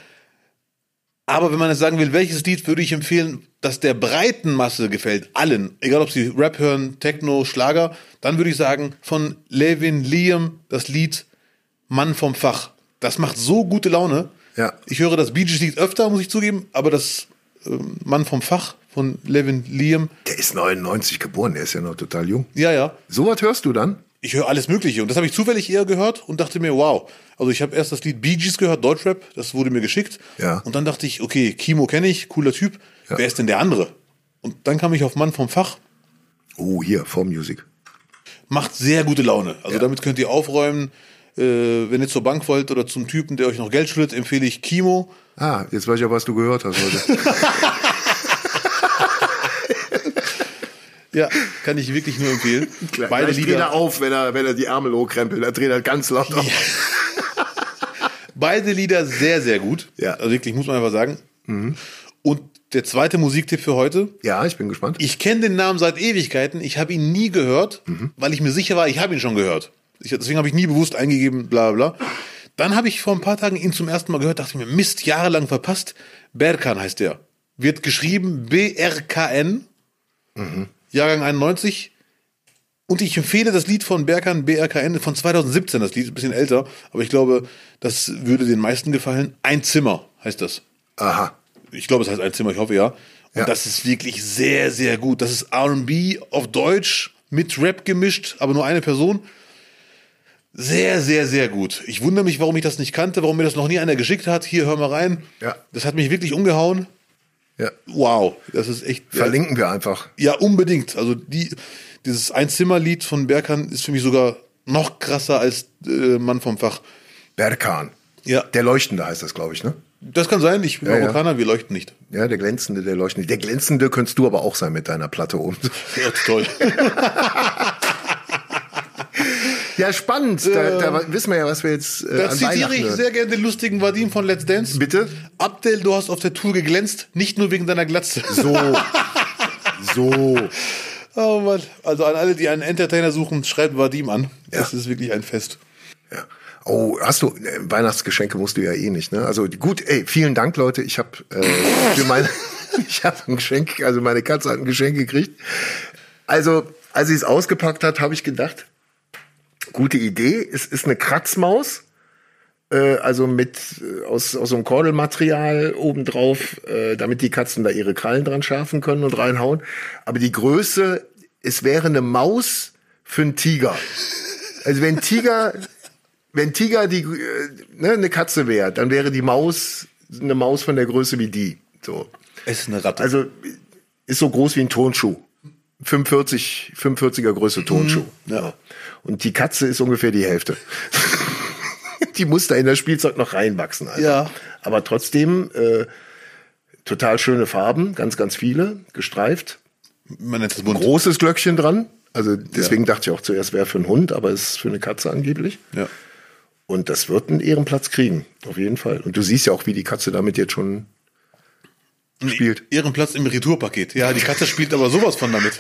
Aber wenn man es sagen will, welches Lied würde ich empfehlen, das der breiten Masse gefällt, allen, egal ob sie Rap hören, Techno, Schlager, dann würde ich sagen, von Levin Liam das Lied Mann vom Fach. Das macht so gute Laune. Ja. Ich höre das Bee Gees Lied öfter, muss ich zugeben, aber das ähm, Mann vom Fach von Levin Liam, Der ist 99 geboren, der ist ja noch total jung. ja, ja, So was hörst du dann? ich höre alles Mögliche. Und das habe ich zufällig eher gehört und dachte mir, wow. Also ich habe erst das Lied Bee Gees gehört, Deutschrap, das wurde mir geschickt. Ja. Und dann dachte ich, okay, Kimo kenne ich, cooler Typ. Wer ist denn der andere? Und dann kam ich auf Mann vom Fach, Oh, hier, vor Music. macht sehr gute Laune. Also damit könnt ihr aufräumen. Äh, wenn ihr zur Bank wollt oder zum Typen, der euch noch Geld schuldet, empfehle ich Kimo. Ah, jetzt weiß ich auch, was du gehört hast *laughs* heute. Ja, kann ich wirklich nur *laughs* empfehlen. Beide Gleich dreht Lieder. er auf, wenn er, wenn er die Arme hochkrempelt. Da dreht er ganz laut auf. Beide Lieder sehr, sehr gut. Ja. Mhm. Also wirklich, muss man einfach sagen. Und der zweite Musiktipp für heute. Ja, ich bin gespannt. Ich kenne den Namen seit Ewigkeiten. Ich habe ihn nie gehört, weil ich mir sicher war, ich habe ihn schon gehört. Ich, deswegen habe ich nie bewusst eingegeben, bla bla. Dann habe ich vor ein paar Tagen ihn zum ersten Mal gehört, dachte mir, Mist, jahrelang verpasst. Berkan heißt der. Wird geschrieben B-R-K-N. Jahrgang 91. Und ich empfehle das Lied von Berkan BRKN von 2017. Das Lied ist ein bisschen älter, aber ich glaube, das würde den meisten gefallen. Ein Zimmer heißt das. Aha. Ich glaube, es heißt ein Zimmer, ich hoffe ja. Und Ja. das ist wirklich sehr, sehr gut. Das ist RB auf Deutsch mit Rap gemischt, aber nur eine Person. Sehr, sehr, sehr gut. Ich wundere mich, warum ich das nicht kannte, warum mir das noch nie einer geschickt hat. Hier, hör mal rein. Ja. Das hat mich wirklich umgehauen. Ja. Wow, das ist echt. Verlinken wir einfach. Ja, unbedingt. Also die, dieses Einzimmerlied von Berkan ist für mich sogar noch krasser als äh, Mann vom Fach. Berkan. Ja, Der Leuchtende heißt das, glaube ich, ne? das kann sein. Ich bin Ja, ja. Marokkaner, wir leuchten nicht. Ja, der Glänzende, der Leuchtende. Der Glänzende könntest du aber auch sein mit deiner Platte *laughs* oben. Ja, *laughs* toll. Ja, spannend. Da, da wissen wir ja, was wir jetzt äh, Da an Ähm, zitiere ich Weihnachten- sehr gerne den lustigen Vadim von Let's Dance. Bitte? Abdel, du hast auf der Tour geglänzt, nicht nur wegen deiner *laughs* Glatze. So. *laughs* so. Oh Mann. Also an alle, die einen Entertainer suchen, schreibt Vadim an. Ja. Das ist wirklich ein Fest. Ja. Oh, hast du äh, Weihnachtsgeschenke musst du ja eh nicht, ne? Also gut, ey, vielen Dank, Leute. Ich habe äh, für meine, *laughs* ich habe ein Geschenk, also meine Katze hat ein Geschenk gekriegt. Also als sie es ausgepackt hat, habe ich gedacht, gute Idee. Es ist eine Kratzmaus, äh, also mit äh, aus aus so einem Kordelmaterial obendrauf, äh, damit die Katzen da ihre Krallen dran schärfen können und reinhauen. Aber die Größe, es wäre eine Maus für einen Tiger. Also wenn Tiger, wenn Tiger die äh, ne, eine Katze wäre, dann wäre die Maus eine Maus von der Größe wie die. So, Es ist eine Ratte. also ist so groß wie ein Turnschuh. 45, 45er Größe Turnschuh. ja. Und die Katze ist ungefähr die Hälfte. *laughs* die muss da in das Spielzeug noch reinwachsen. Alter. Ja. Aber trotzdem äh, total schöne Farben, ganz, ganz viele, gestreift Man nennt es bunt. großes Glöckchen dran. Also deswegen dachte ich auch zuerst, wäre für einen Hund, aber es ist für eine Katze angeblich. Ja. Und das wird einen Ehrenplatz kriegen, auf jeden Fall. Und du siehst ja auch, wie die Katze damit jetzt schon *laughs* spielt. *laughs* Ihren Platz im Retourpaket. Ja, die Katze spielt aber sowas von damit.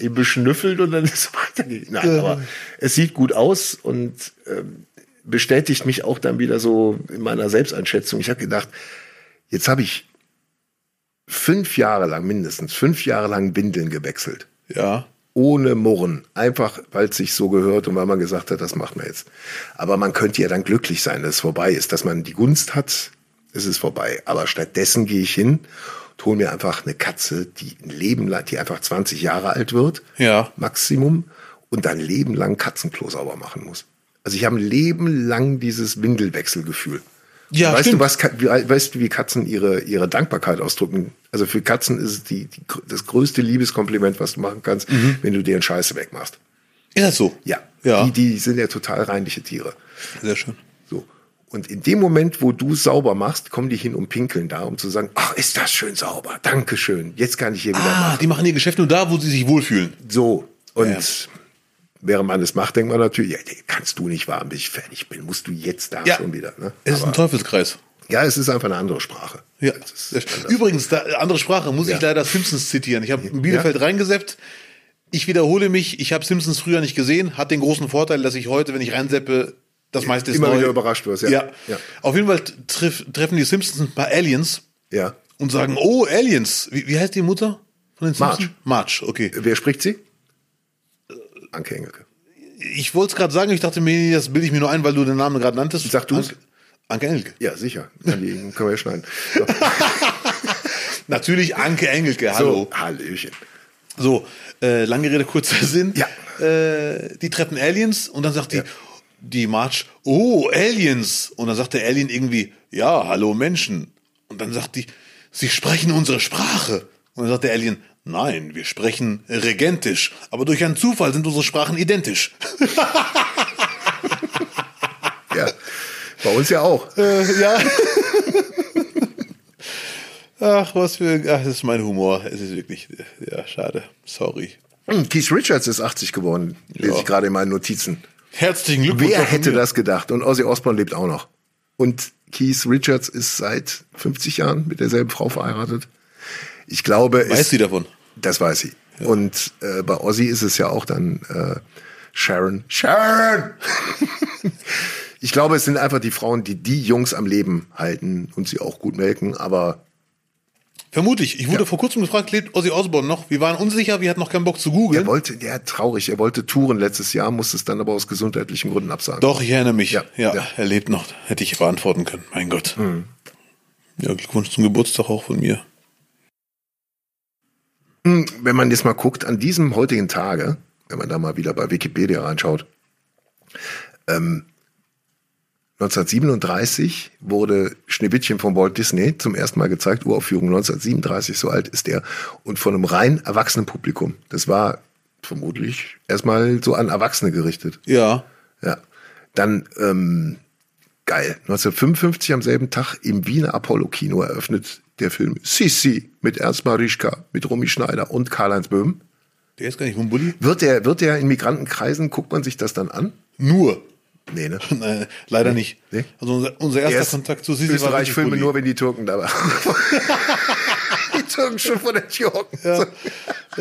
eben beschnüffelt und dann ist es *laughs* weitergegangen. Nein, aber es sieht gut aus und ähm, bestätigt mich auch dann wieder so in meiner Selbsteinschätzung. Ich habe gedacht, jetzt habe ich fünf Jahre lang, mindestens fünf Jahre lang Bindeln gewechselt. Ja. Ohne Murren. Einfach, weil es sich so gehört und weil man gesagt hat, das macht man jetzt. Aber man könnte ja dann glücklich sein, dass es vorbei ist. Dass man die Gunst hat, es ist vorbei. Aber stattdessen gehe ich hin und hole mir einfach eine Katze, die ein Leben lang, die einfach 20 Jahre alt wird. Ja. Maximum. Und ein Leben lang Katzenklo sauber machen muss. Also ich habe ein Leben lang dieses Windelwechselgefühl. Ja, weißt stimmt. du, was, Ka- wie- weißt du, wie Katzen ihre, ihre Dankbarkeit ausdrücken? Also für Katzen ist es die, die, gr- das größte Liebeskompliment, was du machen kannst, wenn du deren Scheiße wegmachst. Ist das so? Ja. Mhm. Ja. Die, die sind ja total reinliche Tiere. Sehr schön. So. Und in dem Moment, wo du sauber machst, kommen die hin und pinkeln da, um zu sagen, ach, ist das schön sauber. Dankeschön. Jetzt kann ich hier wieder Ah, machen. die machen ihr Geschäft nur da, wo sie sich wohlfühlen. So. Und Ja. während man das macht, denkt man natürlich, ja, nee, kannst du nicht warten, bis ich fertig bin. Musst du jetzt da schon wieder. Ne? Es ist ein Aber- Teufelskreis. ja, es ist einfach eine andere Sprache. Ja. Es ist sehr schön. anders. Übrigens, da, andere Sprache, muss Ja. ich leider Simpsons zitieren. Ich habe in Bielefeld reingeseppt. Ich wiederhole mich, ich habe Simpsons früher nicht gesehen, hat den großen Vorteil, dass ich heute, wenn ich reinseppe, das meiste ist Immer neu. wieder überrascht wirst, ja. ja. Ja. Auf jeden Fall treff, treffen die Simpsons ein paar Aliens Ja. und sagen, oh, Aliens. Wie, wie heißt die Mutter von den Marge. Simpsons? Marge, okay. Wer spricht sie? Anke Engelke. Ich wollte es gerade sagen, ich dachte mir, das bilde ich mir nur ein, weil du den Namen gerade nanntest. Sag du's. Anke- Anke Engelke. *laughs* Ja, sicher. Kann die, können wir ja schneiden. So. Natürlich Anke Engelke, hallo. So, Hallöchen. So, äh, lange Rede, kurzer *laughs* Sinn. Ja. Äh, die treffen Aliens und dann sagt die, Ja. die Marge, oh, Aliens. Und dann sagt der Alien irgendwie, ja, hallo Menschen. Und dann sagt die, sie sprechen unsere Sprache. Und dann sagt der Alien, nein, wir sprechen regentisch. Aber durch einen Zufall sind unsere Sprachen identisch. Ja. Bei uns ja auch. Äh, ja. *laughs* Ach, was für, ach, das ist mein Humor. Es ist wirklich, ja, schade. Sorry. Hm, Keith Richards ist 80 geworden, lese Ja. ich gerade in meinen Notizen. Herzlichen Glückwunsch. Wer auch von hätte mir. das gedacht? Und Ozzy Osbourne lebt auch noch. Und Keith Richards ist seit 50 Jahren mit derselben Frau verheiratet. Ich glaube, Weiß es- sie davon? Das weiß sie. Und äh, bei Ozzy ist es ja auch dann äh, Sharon. Sharon! *laughs* ich glaube, es sind einfach die Frauen, die die Jungs am Leben halten und sie auch gut melken. Aber Vermutlich. Ich wurde vor kurzem gefragt, lebt Ozzy Osbourne noch? Wir waren unsicher, wir hatten noch keinen Bock zu er googeln. wollte, der hat traurig, er wollte touren letztes Jahr, musste es dann aber aus gesundheitlichen Gründen absagen. Doch, ich erinnere mich. Ja, Ja, ja. er lebt noch. Hätte ich beantworten können. Mein Gott. Ja, Glückwunsch zum Geburtstag auch von mir. Hm, Wenn man jetzt mal guckt, an diesem heutigen Tage, wenn man da mal wieder bei Wikipedia reinschaut, ähm, 1937 wurde Schneewittchen von Walt Disney zum ersten Mal gezeigt, Uraufführung 1937, so alt ist er, und von einem rein erwachsenen Publikum. Das war vermutlich erstmal so an Erwachsene gerichtet. Ja. Ja. Dann, ähm, geil. 1955 am selben Tag im Wiener Apollo-Kino eröffnet der Film Sissi mit Ernst Marischka, mit Romy Schneider und Karl-Heinz Böhm. Der ist gar nicht Mumbuli? Wird der, wird der in Migrantenkreisen, guckt man sich das dann an? Nur. *laughs* Nee, ne? Nein, leider nicht. nee. Also unser, unser erster Erst Kontakt zu Sisi war Österreich wirklich Filme Bulli. nur, wenn die Türken da waren. *laughs* die Türken schon vor der Türken. Äh, *laughs*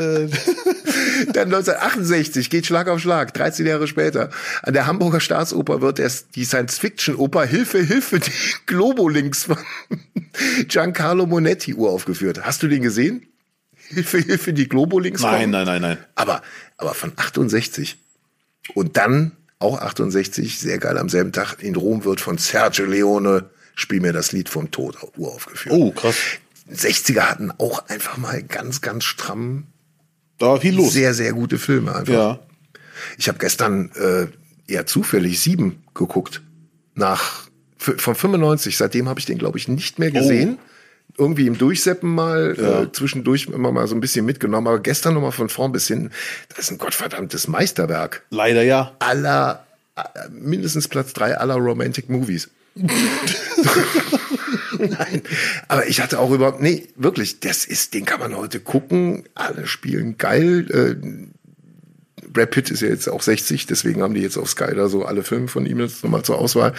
Dann 1968 geht Schlag auf Schlag, 13 Jahre später. An der Hamburger Staatsoper wird erst die Science-Fiction-Oper Hilfe, Hilfe, die Globolinks von Giancarlo Monetti uraufgeführt. Hast du den gesehen? Hilfe, Hilfe, die Globolinks? nein, kommen? nein, nein, nein. Aber, aber von 68. Und dann auch 68, sehr geil, am selben Tag in Rom wird von Sergio Leone Spiel mir das Lied vom Tod uraufgeführt. Oh, krass. 60er hatten auch einfach mal ganz, ganz stramm Da war viel los. sehr, sehr gute Filme einfach. ja. Ich habe gestern äh, eher zufällig sieben geguckt. Nach f- von 95, seitdem habe ich den, glaube ich, nicht mehr gesehen. Irgendwie im Durchseppen mal, äh, zwischendurch immer mal so ein bisschen mitgenommen, aber gestern nochmal von vorn bis hinten. Das ist ein gottverdammtes Meisterwerk. Leider ja. Aller, äh, mindestens Platz drei aller Romantic Movies. Nein, aber ich hatte auch überhaupt, nee, wirklich, das ist, den kann man heute gucken. Alle spielen geil. Äh, Brad Pitt ist ja jetzt auch 60, deswegen haben die jetzt auf Sky da so alle Filme von ihm jetzt nochmal zur Auswahl.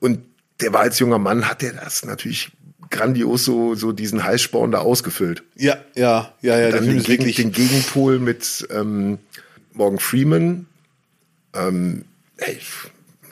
Und der war als junger Mann, hat er das natürlich grandios so, so diesen Heißsporn da ausgefüllt. Ja, ja, ja, ja, der Dann Film Ähm, den, ist Gegen, wirklich. den Gegenpol mit ähm, Morgan Freeman. Ähm, ey, ich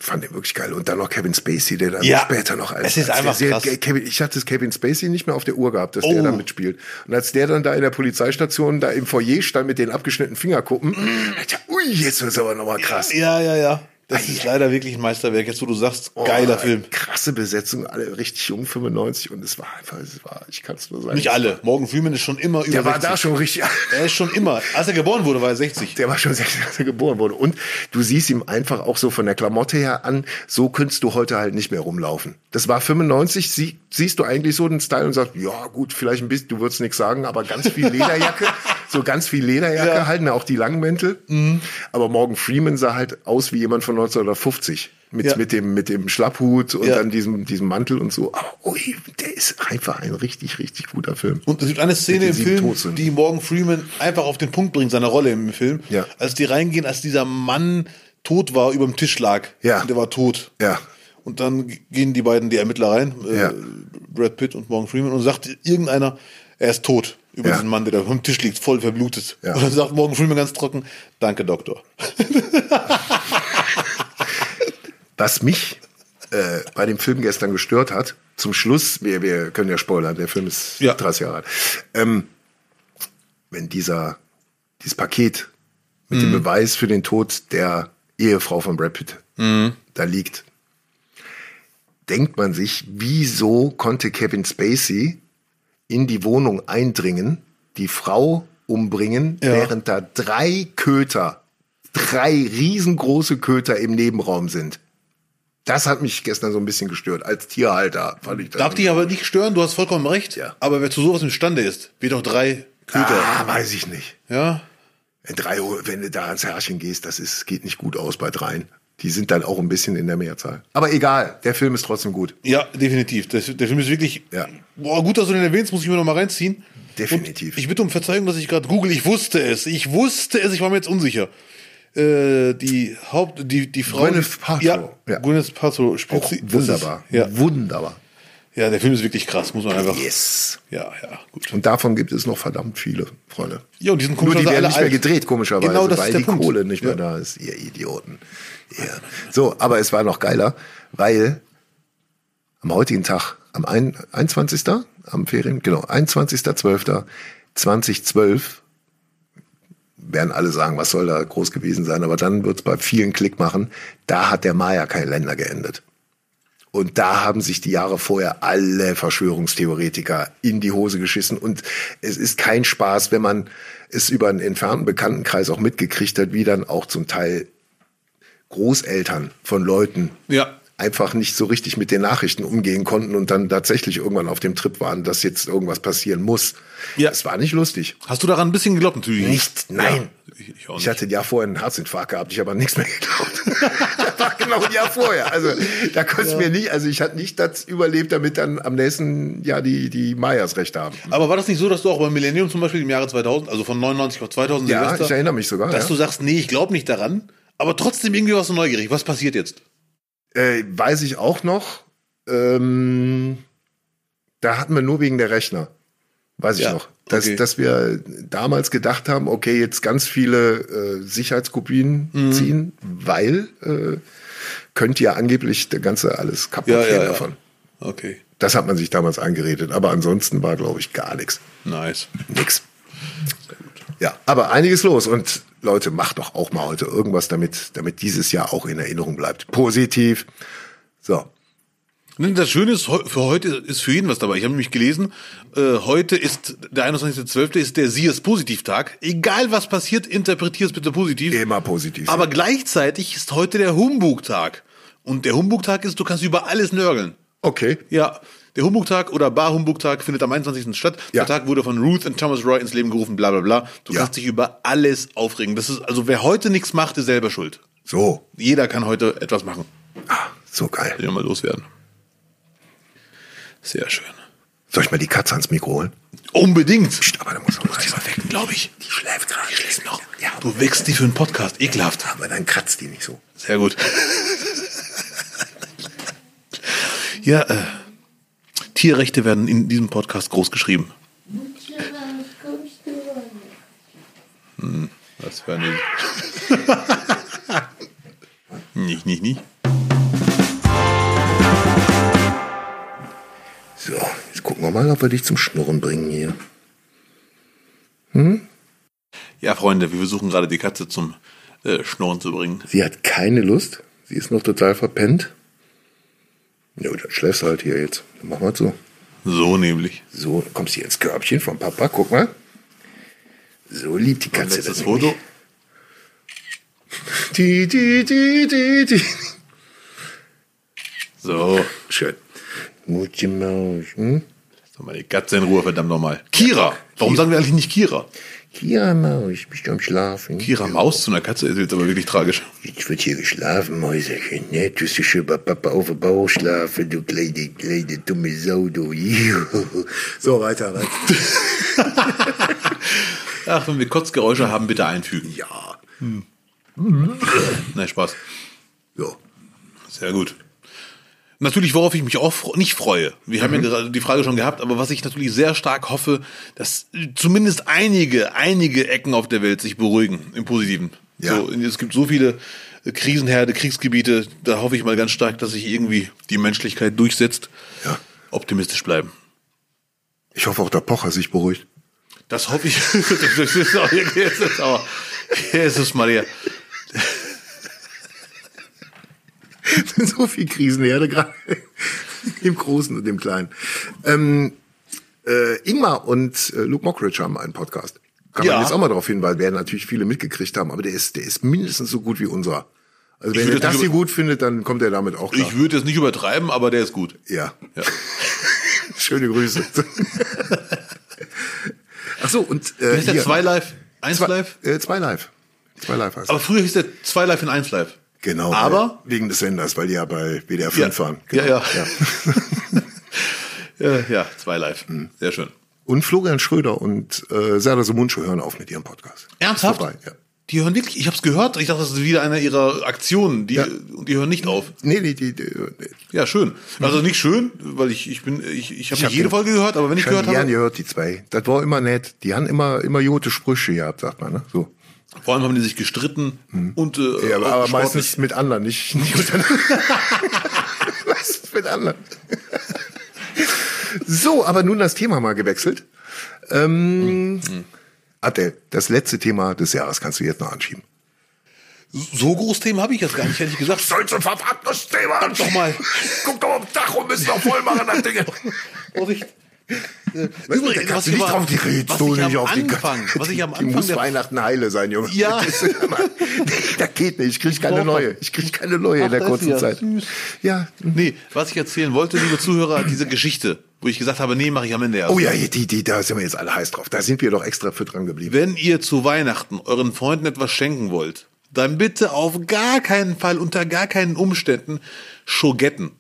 fand den wirklich geil. Und dann noch Kevin Spacey, der dann Ja. später noch Es ist der einfach sehr- krass. Ke- Kevin, ich hatte Kevin Spacey nicht mehr auf der Uhr gehabt, dass Oh. der da mitspielt. Und als der dann da in der Polizeistation da im Foyer stand mit den abgeschnittenen Fingerkuppen, Alter, ui, jetzt wird's aber nochmal krass. Mm. Ja, ja, ja. Das ist leider wirklich ein Meisterwerk. Jetzt, wo du sagst, geiler Oh, Film. Krasse Besetzung, alle richtig jung, 95 und es war einfach, es war, ich kann es nur sagen. Nicht alle. Morgan Freeman ist schon immer über Der war 60. da schon richtig, Er ist schon immer. Als er geboren wurde, war er 60. der war schon *laughs* 60, als er geboren wurde. Und du siehst ihm einfach auch so von der Klamotte her an, so könntest du heute halt nicht mehr rumlaufen. Das war 95, sie, siehst du eigentlich so den Style und sagst, ja gut, vielleicht ein bisschen, du würdest nichts sagen, aber *laughs* ganz viel Lederjacke, so ganz viel Lederjacke Ja. Mhm. halten, auch die Langmäntel. Aber Morgan Freeman sah halt aus wie jemand von 1950. Mit, Ja. mit dem, mit dem Schlapphut und Ja. dann diesem, diesem Mantel und so. Aber ui, der ist einfach ein richtig, richtig guter Film. Und es gibt eine Szene den im sieben Film, Todsünden. die Morgan Freeman einfach auf den Punkt bringt, seiner Rolle im Film. Ja. Als die reingehen, als dieser Mann tot war, über dem Tisch lag. Ja. Und der war tot. Ja. Und dann g- gehen die beiden, die Ermittler rein, äh, Ja. Brad Pitt und Morgan Freeman, und sagt irgendeiner, er ist tot. Über Ja. diesen Mann, der da am Tisch liegt, voll verblutet. Ja. Und dann sagt Morgan Freeman ganz trocken, danke Doktor. Was mich äh, bei dem Film gestern gestört hat, zum Schluss, wir, wir können ja spoilern, der Film ist Ja. 30 Jahre alt. Ähm, wenn dieser, dieses Paket mit Mhm. dem Beweis für den Tod der Ehefrau von Brad Pitt Mhm. da liegt, denkt man sich, wieso konnte Kevin Spacey in die Wohnung eindringen, die Frau umbringen, Ja. während da drei Köter, drei riesengroße Köter im Nebenraum sind. Das hat mich gestern so ein bisschen gestört. Als Tierhalter fand ich das. Darf dich aber nicht stören, du hast vollkommen recht. Ähm, Ja. Aber wer zu sowas imstande ist, wird doch drei Köter. ah, weiß ich nicht. Ja. Wenn, drei, wenn du da ans Herrchen gehst, das ist, geht nicht gut aus bei dreien. Die sind dann auch ein bisschen in der Mehrzahl. Aber egal, der Film ist trotzdem gut. Ja, definitiv. Der, der Film ist wirklich. Ja. Boah, gut, dass du den erwähnst, muss ich mir noch mal reinziehen. Definitiv. Und ich bitte um Verzeihung, dass ich gerade google. Ich wusste es. Ich wusste es. Ich war mir jetzt unsicher. Äh, die Haupt, die die Frau. Gwyneth Paltrow. Ja, Ja. Gwyneth Paltrow spielt Auch sie. Das wunderbar. Ist, ja. Wunderbar. ja, der Film ist wirklich krass, muss man einfach. Yes. Ja, ja, gut. Und davon gibt es noch verdammt viele, Freunde. Ja, und die sind Nur die komischerweise werden alle nicht mehr alt. gedreht, komischerweise, Genau, das weil ist der die Punkt. Kohle nicht mehr Ja. da ist, ihr Idioten. Ja. So, aber es war noch geiler, weil am heutigen Tag, am ein- 21. am Ferien, genau, 21.12.2012 werden alle sagen, was soll da groß gewesen sein, aber dann wird es bei vielen Klick machen, da hat der Maya-Kalender geendet. Und da haben sich die Jahre vorher alle Verschwörungstheoretiker in die Hose geschissen. Und es ist kein Spaß, wenn man es über einen entfernten Bekanntenkreis auch mitgekriegt hat, wie dann auch zum Teil Großeltern von Leuten Ja. einfach nicht so richtig mit den Nachrichten umgehen konnten und dann tatsächlich irgendwann auf dem Trip waren, dass jetzt irgendwas passieren muss. Ja. Es war nicht lustig. Hast du daran ein bisschen geglaubt, natürlich? Nicht, nein. Ja, ich, ich auch Ich nicht. hatte ein Jahr vorher einen Herzinfarkt gehabt, ich habe an nichts mehr geglaubt. *laughs* das war genau ein Jahr vorher. Also da konnte mir nicht, also ich hatte nicht das überlebt, damit dann am nächsten Jahr die, die Mayas recht haben. Aber war das nicht so, dass du auch beim Millennium zum Beispiel im Jahre 2000, also von 99 auf 2000 Ja, Silvester, ich erinnere mich sogar, dass ja. du sagst, nee, ich glaube nicht daran, aber trotzdem irgendwie warst du neugierig. Was passiert jetzt? Äh, weiß ich auch noch, ähm, da hatten wir nur wegen der Rechner. Weiß ich Ja, noch. Dass, okay. dass wir damals gedacht haben, okay, jetzt ganz viele äh, Sicherheitskopien Mhm. ziehen, weil äh, könnte ja angeblich der ganze alles kaputt gehen davon. Okay, Das hat man sich damals eingeredet, aber ansonsten war, glaube ich, gar nichts. nice. Nix. Ja, aber einiges los und Leute, macht doch auch mal heute irgendwas damit, damit dieses Jahr auch in Erinnerung bleibt. Positiv. So. Und Das Schöne ist, heu- für heute ist für jeden was dabei. Ich habe nämlich gelesen, äh, heute ist der 21.12. ist der Siehe es Positiv-Tag. Egal was passiert, interpretier es bitte positiv. Immer positiv. Aber gleichzeitig ist heute der Humbug-Tag. Und der Humbug-Tag ist, du kannst über alles nörgeln. okay. Ja, der Humbug-Tag oder Bar-Humbug-Tag findet am 21. statt. Ja. Der Tag wurde von Ruth und Thomas Roy ins Leben gerufen, bla bla bla. Du Ja. kannst dich über alles aufregen. Das ist, also wer heute nichts macht, ist selber schuld. So. Jeder kann heute etwas machen. Ah, so geil. Will ich mal loswerden. Sehr schön. Soll ich mal die Katze ans Mikro holen? Unbedingt. Psst, aber da muss noch was Perfekt, glaube ich. Die schläft gerade. Die schläft noch. Ja, Du wächst die für einen Podcast. Ekelhaft. aber dann kratzt die nicht so. Sehr *laughs* gut. ja, äh, Tierrechte werden in diesem Podcast groß geschrieben. Hm, das war nicht. *laughs* nicht, nicht, nicht. So, jetzt gucken wir mal, ob wir dich zum Schnurren bringen hier. Hm? Ja, Freunde, wir versuchen gerade die Katze zum äh, Schnurren zu bringen. Sie hat keine Lust. Sie ist noch total verpennt. Ja, dann schläfst du halt hier jetzt. Dann machen wir es so. So nämlich. So, dann kommst du hier ins Körbchen vom Papa. Guck mal. So liebt die Katze Letztes nämlich. Foto. Die, die, die, die, die. So, Schön. Mutti Maus. Hm? lass doch mal die Katze in Ruhe, verdammt nochmal. Kira! Warum sagen wir eigentlich nicht Kira? Kira Maus, bist du am Schlafen? Kira Maus zu einer Katze ist jetzt aber wirklich tragisch. Jetzt wird hier geschlafen, Mäuserchen, ne? Tust du schon bei Papa auf dem Bauch schlafen, du kleine, kleine, dumme Sau, du. *laughs* Juhu. So, weiter, weiter. Ach, wenn wir Kotzgeräusche haben, bitte einfügen. Ja, Nein, Spaß. so. Sehr gut. Natürlich, worauf ich mich auch fro- nicht freue. Wir haben ja gerade die Frage schon gehabt, aber was ich natürlich sehr stark hoffe, dass äh, zumindest einige, einige Ecken auf der Welt sich beruhigen, im Positiven. Ja. So, es gibt so viele äh, Krisenherde, Kriegsgebiete, da hoffe ich mal ganz stark, dass sich irgendwie die Menschlichkeit durchsetzt. Ja. Optimistisch bleiben. Ich hoffe auch, der Pocher sich beruhigt. *laughs* Das hoffe ich. *laughs* das ist auch, jetzt ist aber, Jesus Maria. sind so viel Krisenherde gerade im Großen und im Kleinen. Ähm, äh, Ingmar und äh, Luke Mockridge haben einen Podcast. Kann Ja. man jetzt auch mal darauf hinweisen, werden natürlich viele mitgekriegt haben, aber der ist, der ist mindestens so gut wie unserer. Also wenn würde ihr das jetzt hier nicht gut findet, dann kommt er damit auch klar. Ich würde es nicht übertreiben, aber der ist gut. ja. Ja. *laughs* *laughs* Schöne Grüße. Ach so, und äh, Das ist ja hier. zwei live, eins live. Äh, zwei live. Zwei live heißt Aber früher hieß der zwei live in eins live. Genau. Aber- weil- wegen des Senders, weil die ja bei WDR 5 Ja. fahren. Genau. Ja, ja. ja. *laughs* *laughs* Ja, ja zwei live. Hm, Sehr schön. Und Florian Schröder und äh, Serda Sumuncu hören auf mit ihrem Podcast. Ernsthaft? Vorbei, ja. Die hören wirklich, ich habe es gehört, ich dachte, das ist wieder eine ihrer Aktionen, die, Ja. und die hören nicht auf. Nee, die, die, äh, die, die Ja, schön. Also nicht schön, weil ich, ich bin, ich, ich habe hab nicht jede den- Folge gehört, aber wenn ich ich hab gehört die gern habe, gehört, die zwei. Das war immer nett. Die haben immer, immer jote Sprüche gehabt, sagt man, ne? So. vor allem haben die sich gestritten und äh, Mhm. Ja, aber, auch aber sportlich. meistens mit anderen, nicht, *laughs* nicht untereinander. meistens mit anderen. so, aber nun das Thema mal gewechselt. Ähm, Abdel, das letzte Thema des Jahres kannst du jetzt noch anschieben. so groß Themen habe ich jetzt gar nicht, hätte ich *laughs* gesagt. Sollst du verpacktes Thema anschieben? nochmal. Guck doch am Dach und müssen noch voll machen, *laughs* das Ding. Vorsicht. Äh, Weißt du, da kannst du ich nicht aber- drauf, die redest was du ich nicht am auf den Anfang, Gott. was ich am Die Anfang muss der Weihnachten heile sein, Junge. Ja. Das *laughs* ist immer- das geht nicht, ich krieg keine Doch, doch. neue. Ich krieg keine neue in Ach, der das ist kurzen ja Zeit. süß. Ja. Nee, was ich erzählen wollte, liebe Zuhörer, diese Geschichte, wo ich gesagt habe, nee, mache ich am Ende erst. Oh ja, die, die, da sind wir jetzt alle heiß drauf. Da sind wir doch extra für dran geblieben. Wenn ihr zu Weihnachten euren Freunden etwas schenken wollt, dann bitte auf gar keinen Fall, unter gar keinen Umständen, Schogetten.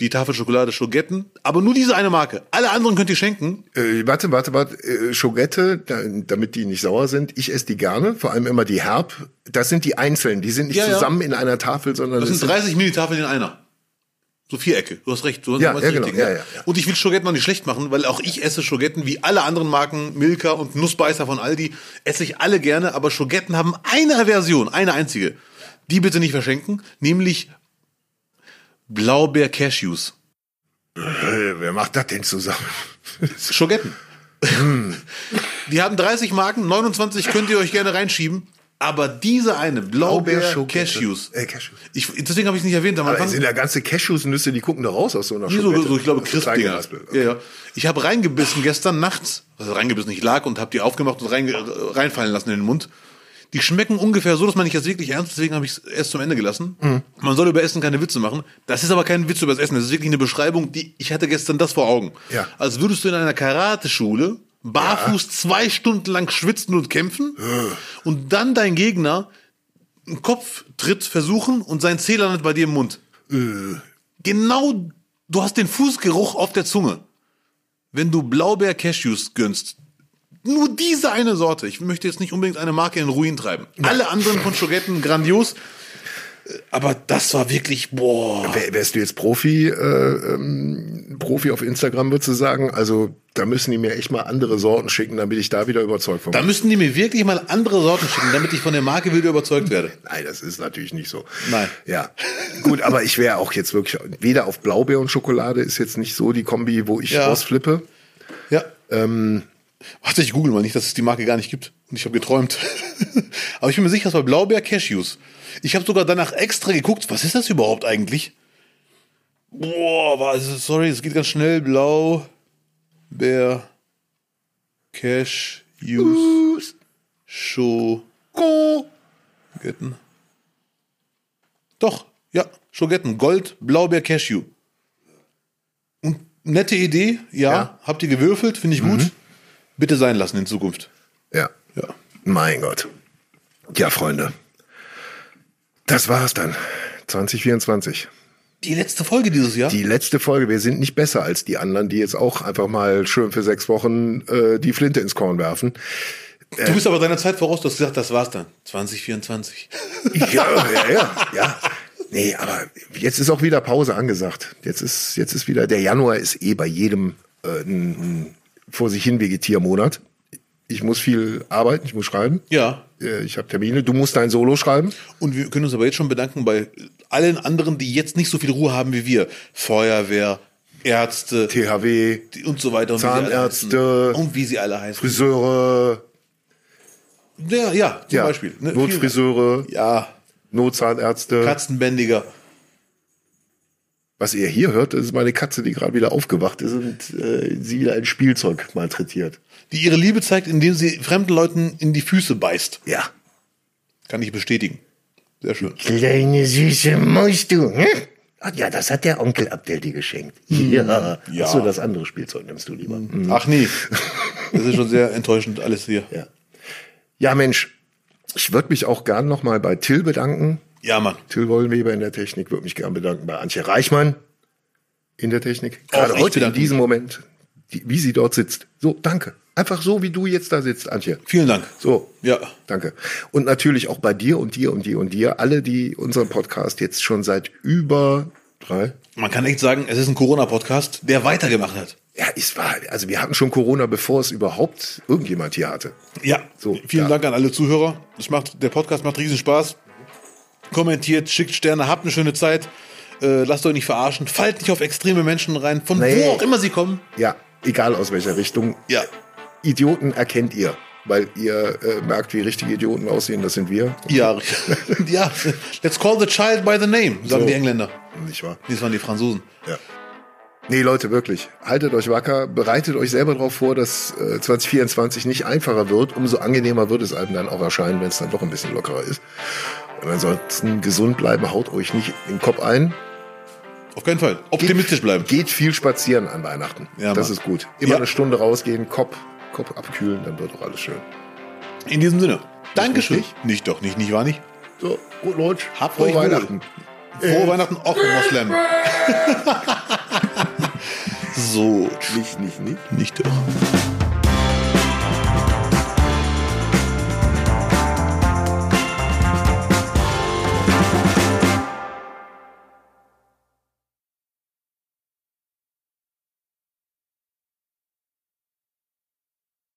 Die Tafel Schokolade Schogetten, aber nur diese eine Marke. Alle anderen könnt ihr schenken. Äh, warte, warte, warte. Äh, Schogette, da, damit die nicht sauer sind. Ich esse die gerne, vor allem immer die herb. Das sind die einzeln. Die sind nicht Ja, ja. zusammen in einer Tafel, sondern Das es sind 30 Millitafeln in einer. So Vierecke. Du hast recht. Du hast Ja, du ja, hast genau. richtig, Ja, ja, ja. Und ich will Schogetten noch nicht schlecht machen, weil auch ich esse Schogetten wie alle anderen Marken, Milka und Nussbeißer von Aldi, esse ich alle gerne, aber Schogetten haben eine Version, eine einzige. Die bitte nicht verschenken, nämlich Blaubeer-Cashews. Äh, wer macht das denn *laughs* zusammen? Schogetten. Hm. Die haben 30 Marken, 29 könnt ihr euch gerne reinschieben. Aber diese eine, Schogette. Blaubeer-Cashews. Äh, Cashews. Also Ich, deswegen habe ich es nicht erwähnt am Aber Anfang. sind da ganze Cashews-Nüsse, die gucken da raus aus so einer Wie so, Schogette. so, ich glaube, Das ist Christdinger. Kleingeraspelt. Ja, ja. Ich habe reingebissen gestern nachts. Also reingebissen, ich lag und habe die aufgemacht und reinge äh, reinfallen lassen in den Mund. Die schmecken ungefähr so, dass man nicht jetzt wirklich ernst, deswegen habe ich es erst zum Ende gelassen. Mhm. Man soll über Essen keine Witze machen. Das ist aber kein Witz über das Essen. Das ist wirklich eine Beschreibung, die ich hatte gestern das vor Augen. Ja. Als würdest du in einer Karateschule barfuß zwei Stunden lang schwitzen und kämpfen Äh. und dann dein Gegner einen Kopftritt versuchen und sein Zeh landet bei dir im Mund genau, du hast den Fußgeruch auf der Zunge. Wenn du Blaubeer-Cashews gönnst, nur diese eine Sorte, ich möchte jetzt nicht unbedingt eine Marke in den Ruin treiben. Alle anderen von Schogetten grandios. Aber das war wirklich, boah. Wär- Wärst du jetzt Profi, äh, ähm, Profi auf Instagram, würdest du sagen, also da müssen die mir echt mal andere Sorten schicken, damit ich da wieder überzeugt von Da müssten die mir wirklich mal andere Sorten schicken, damit ich von der Marke wieder überzeugt werde. Nein, das ist natürlich nicht so. Nein. Ja. Gut, aber ich wäre auch jetzt wirklich, weder auf Blaubeer und Schokolade ist jetzt nicht so die Kombi, wo ich Ja. rausflippe. Ja. Warte, ich google mal nicht, dass es die Marke gar nicht gibt. Und ich habe geträumt. *laughs* Aber ich bin mir sicher, es war Blaubeer Cashews. Ich habe sogar danach extra geguckt, was ist das überhaupt eigentlich? Boah, war, sorry, es geht ganz schnell. Blaubeer Cashews Schogetten. Doch, ja, Schogetten. Gold, Blaubeer Cashew. Und nette Idee, ja. Ja. Mhm. Habt ihr gewürfelt, finde ich gut. Bitte sein lassen in Zukunft. Ja. Ja. Mein Gott. Ja, Freunde. Das war's dann. 2024. Die letzte Folge dieses Jahr. Die letzte Folge. Wir sind nicht besser als die anderen, die jetzt auch einfach mal schön für sechs Wochen äh, die Flinte ins Korn werfen. äh, du bist aber deiner Zeit voraus, du hast gesagt, das war's dann. 2024. Ja, ja, ja, ja. Nee, aber jetzt ist auch wieder Pause angesagt. Jetzt ist, jetzt ist wieder, der Januar ist eh bei jedem äh, ein, ein vor sich hin Vegetiermonat. Ich muss viel arbeiten, ich muss schreiben. *laughs* Ja. Äh, Ich habe Termine. Du musst dein Solo schreiben. Und wir können uns aber jetzt schon bedanken bei allen anderen, die jetzt nicht so viel Ruhe haben wie wir. Feuerwehr, Ärzte THW, die- und so weiter. Und Wie sie alle Zahnärzte. heißen. und wie sie alle heißen. Friseure, Ja, ja, zum ja, Beispiel. ne? Notfriseure, Vielen- Ja, Notzahnärzte. Katzenbändiger. Was ihr hier hört, das ist meine Katze, die gerade wieder aufgewacht ist und äh, sie wieder ein Spielzeug malträtiert. Die ihre Liebe zeigt, indem sie fremden Leuten in die Füße beißt. Ja. Kann ich bestätigen. Sehr schön. Kleine süße Maus, du. Hm? Ach ja, das hat der Onkel Abdel dir geschenkt. Ja. Hm, ja. Hm. Achso, das andere Spielzeug nimmst du lieber. Ach *laughs* nee. Das ist schon sehr enttäuschend alles hier. Ja. Ja, Mensch, ich würde mich auch gern nochmal bei Till bedanken. Ja, Mann. Till Wollenweber in der Technik, würde mich gern bedanken bei Antje Reichmann in der Technik. Gerade ich heute in bedanke diesem Moment, die, wie sie dort sitzt. So, danke. Einfach so, wie du jetzt da sitzt, Antje. Vielen Dank. So. Ja. Danke. Und natürlich auch bei dir und dir und dir und dir. Alle, die unseren Podcast jetzt schon seit über drei. Man kann echt sagen, es ist ein Corona-Podcast, der weitergemacht hat. Ja, es war, also wir hatten schon Corona, bevor es überhaupt irgendjemand hier hatte. Ja, So, vielen ja. Dank an alle Zuhörer. Es macht, der Podcast macht riesen Spaß. Kommentiert, schickt Sterne, habt eine schöne Zeit. Äh, lasst euch nicht verarschen. Fallt nicht auf extreme Menschen rein, von Nee. wo auch immer sie kommen. Ja, egal aus welcher Richtung. Ja. Idioten erkennt ihr, weil ihr äh, merkt, wie richtige Idioten aussehen. Das sind wir. Ja, ja. Let's call the child by the name, sagen So. die Engländer. Nicht wahr? Nee, Das waren die Franzosen. Ja. Nee, Leute, wirklich. Haltet euch wacker, bereitet euch selber darauf vor, dass äh, 2024 nicht einfacher wird. Umso angenehmer wird es einem dann auch erscheinen, wenn es dann doch ein bisschen lockerer ist. Und ansonsten gesund bleiben, haut euch nicht in den Kopf ein. Auf keinen Fall. Optimistisch bleiben. Geht viel spazieren an Weihnachten. Ja, das Mann. ist gut. Immer Ja. eine Stunde rausgehen, Kopf, Kopf abkühlen, dann wird auch alles schön. In diesem Sinne. Dankeschön. richtig? Nicht doch, nicht, nicht wahr nicht? So, gut Lutsch. Habt Frohe euch wohl. Frohe Weihnachten auch im Moslem. so, Nicht, nicht, nicht. nicht doch.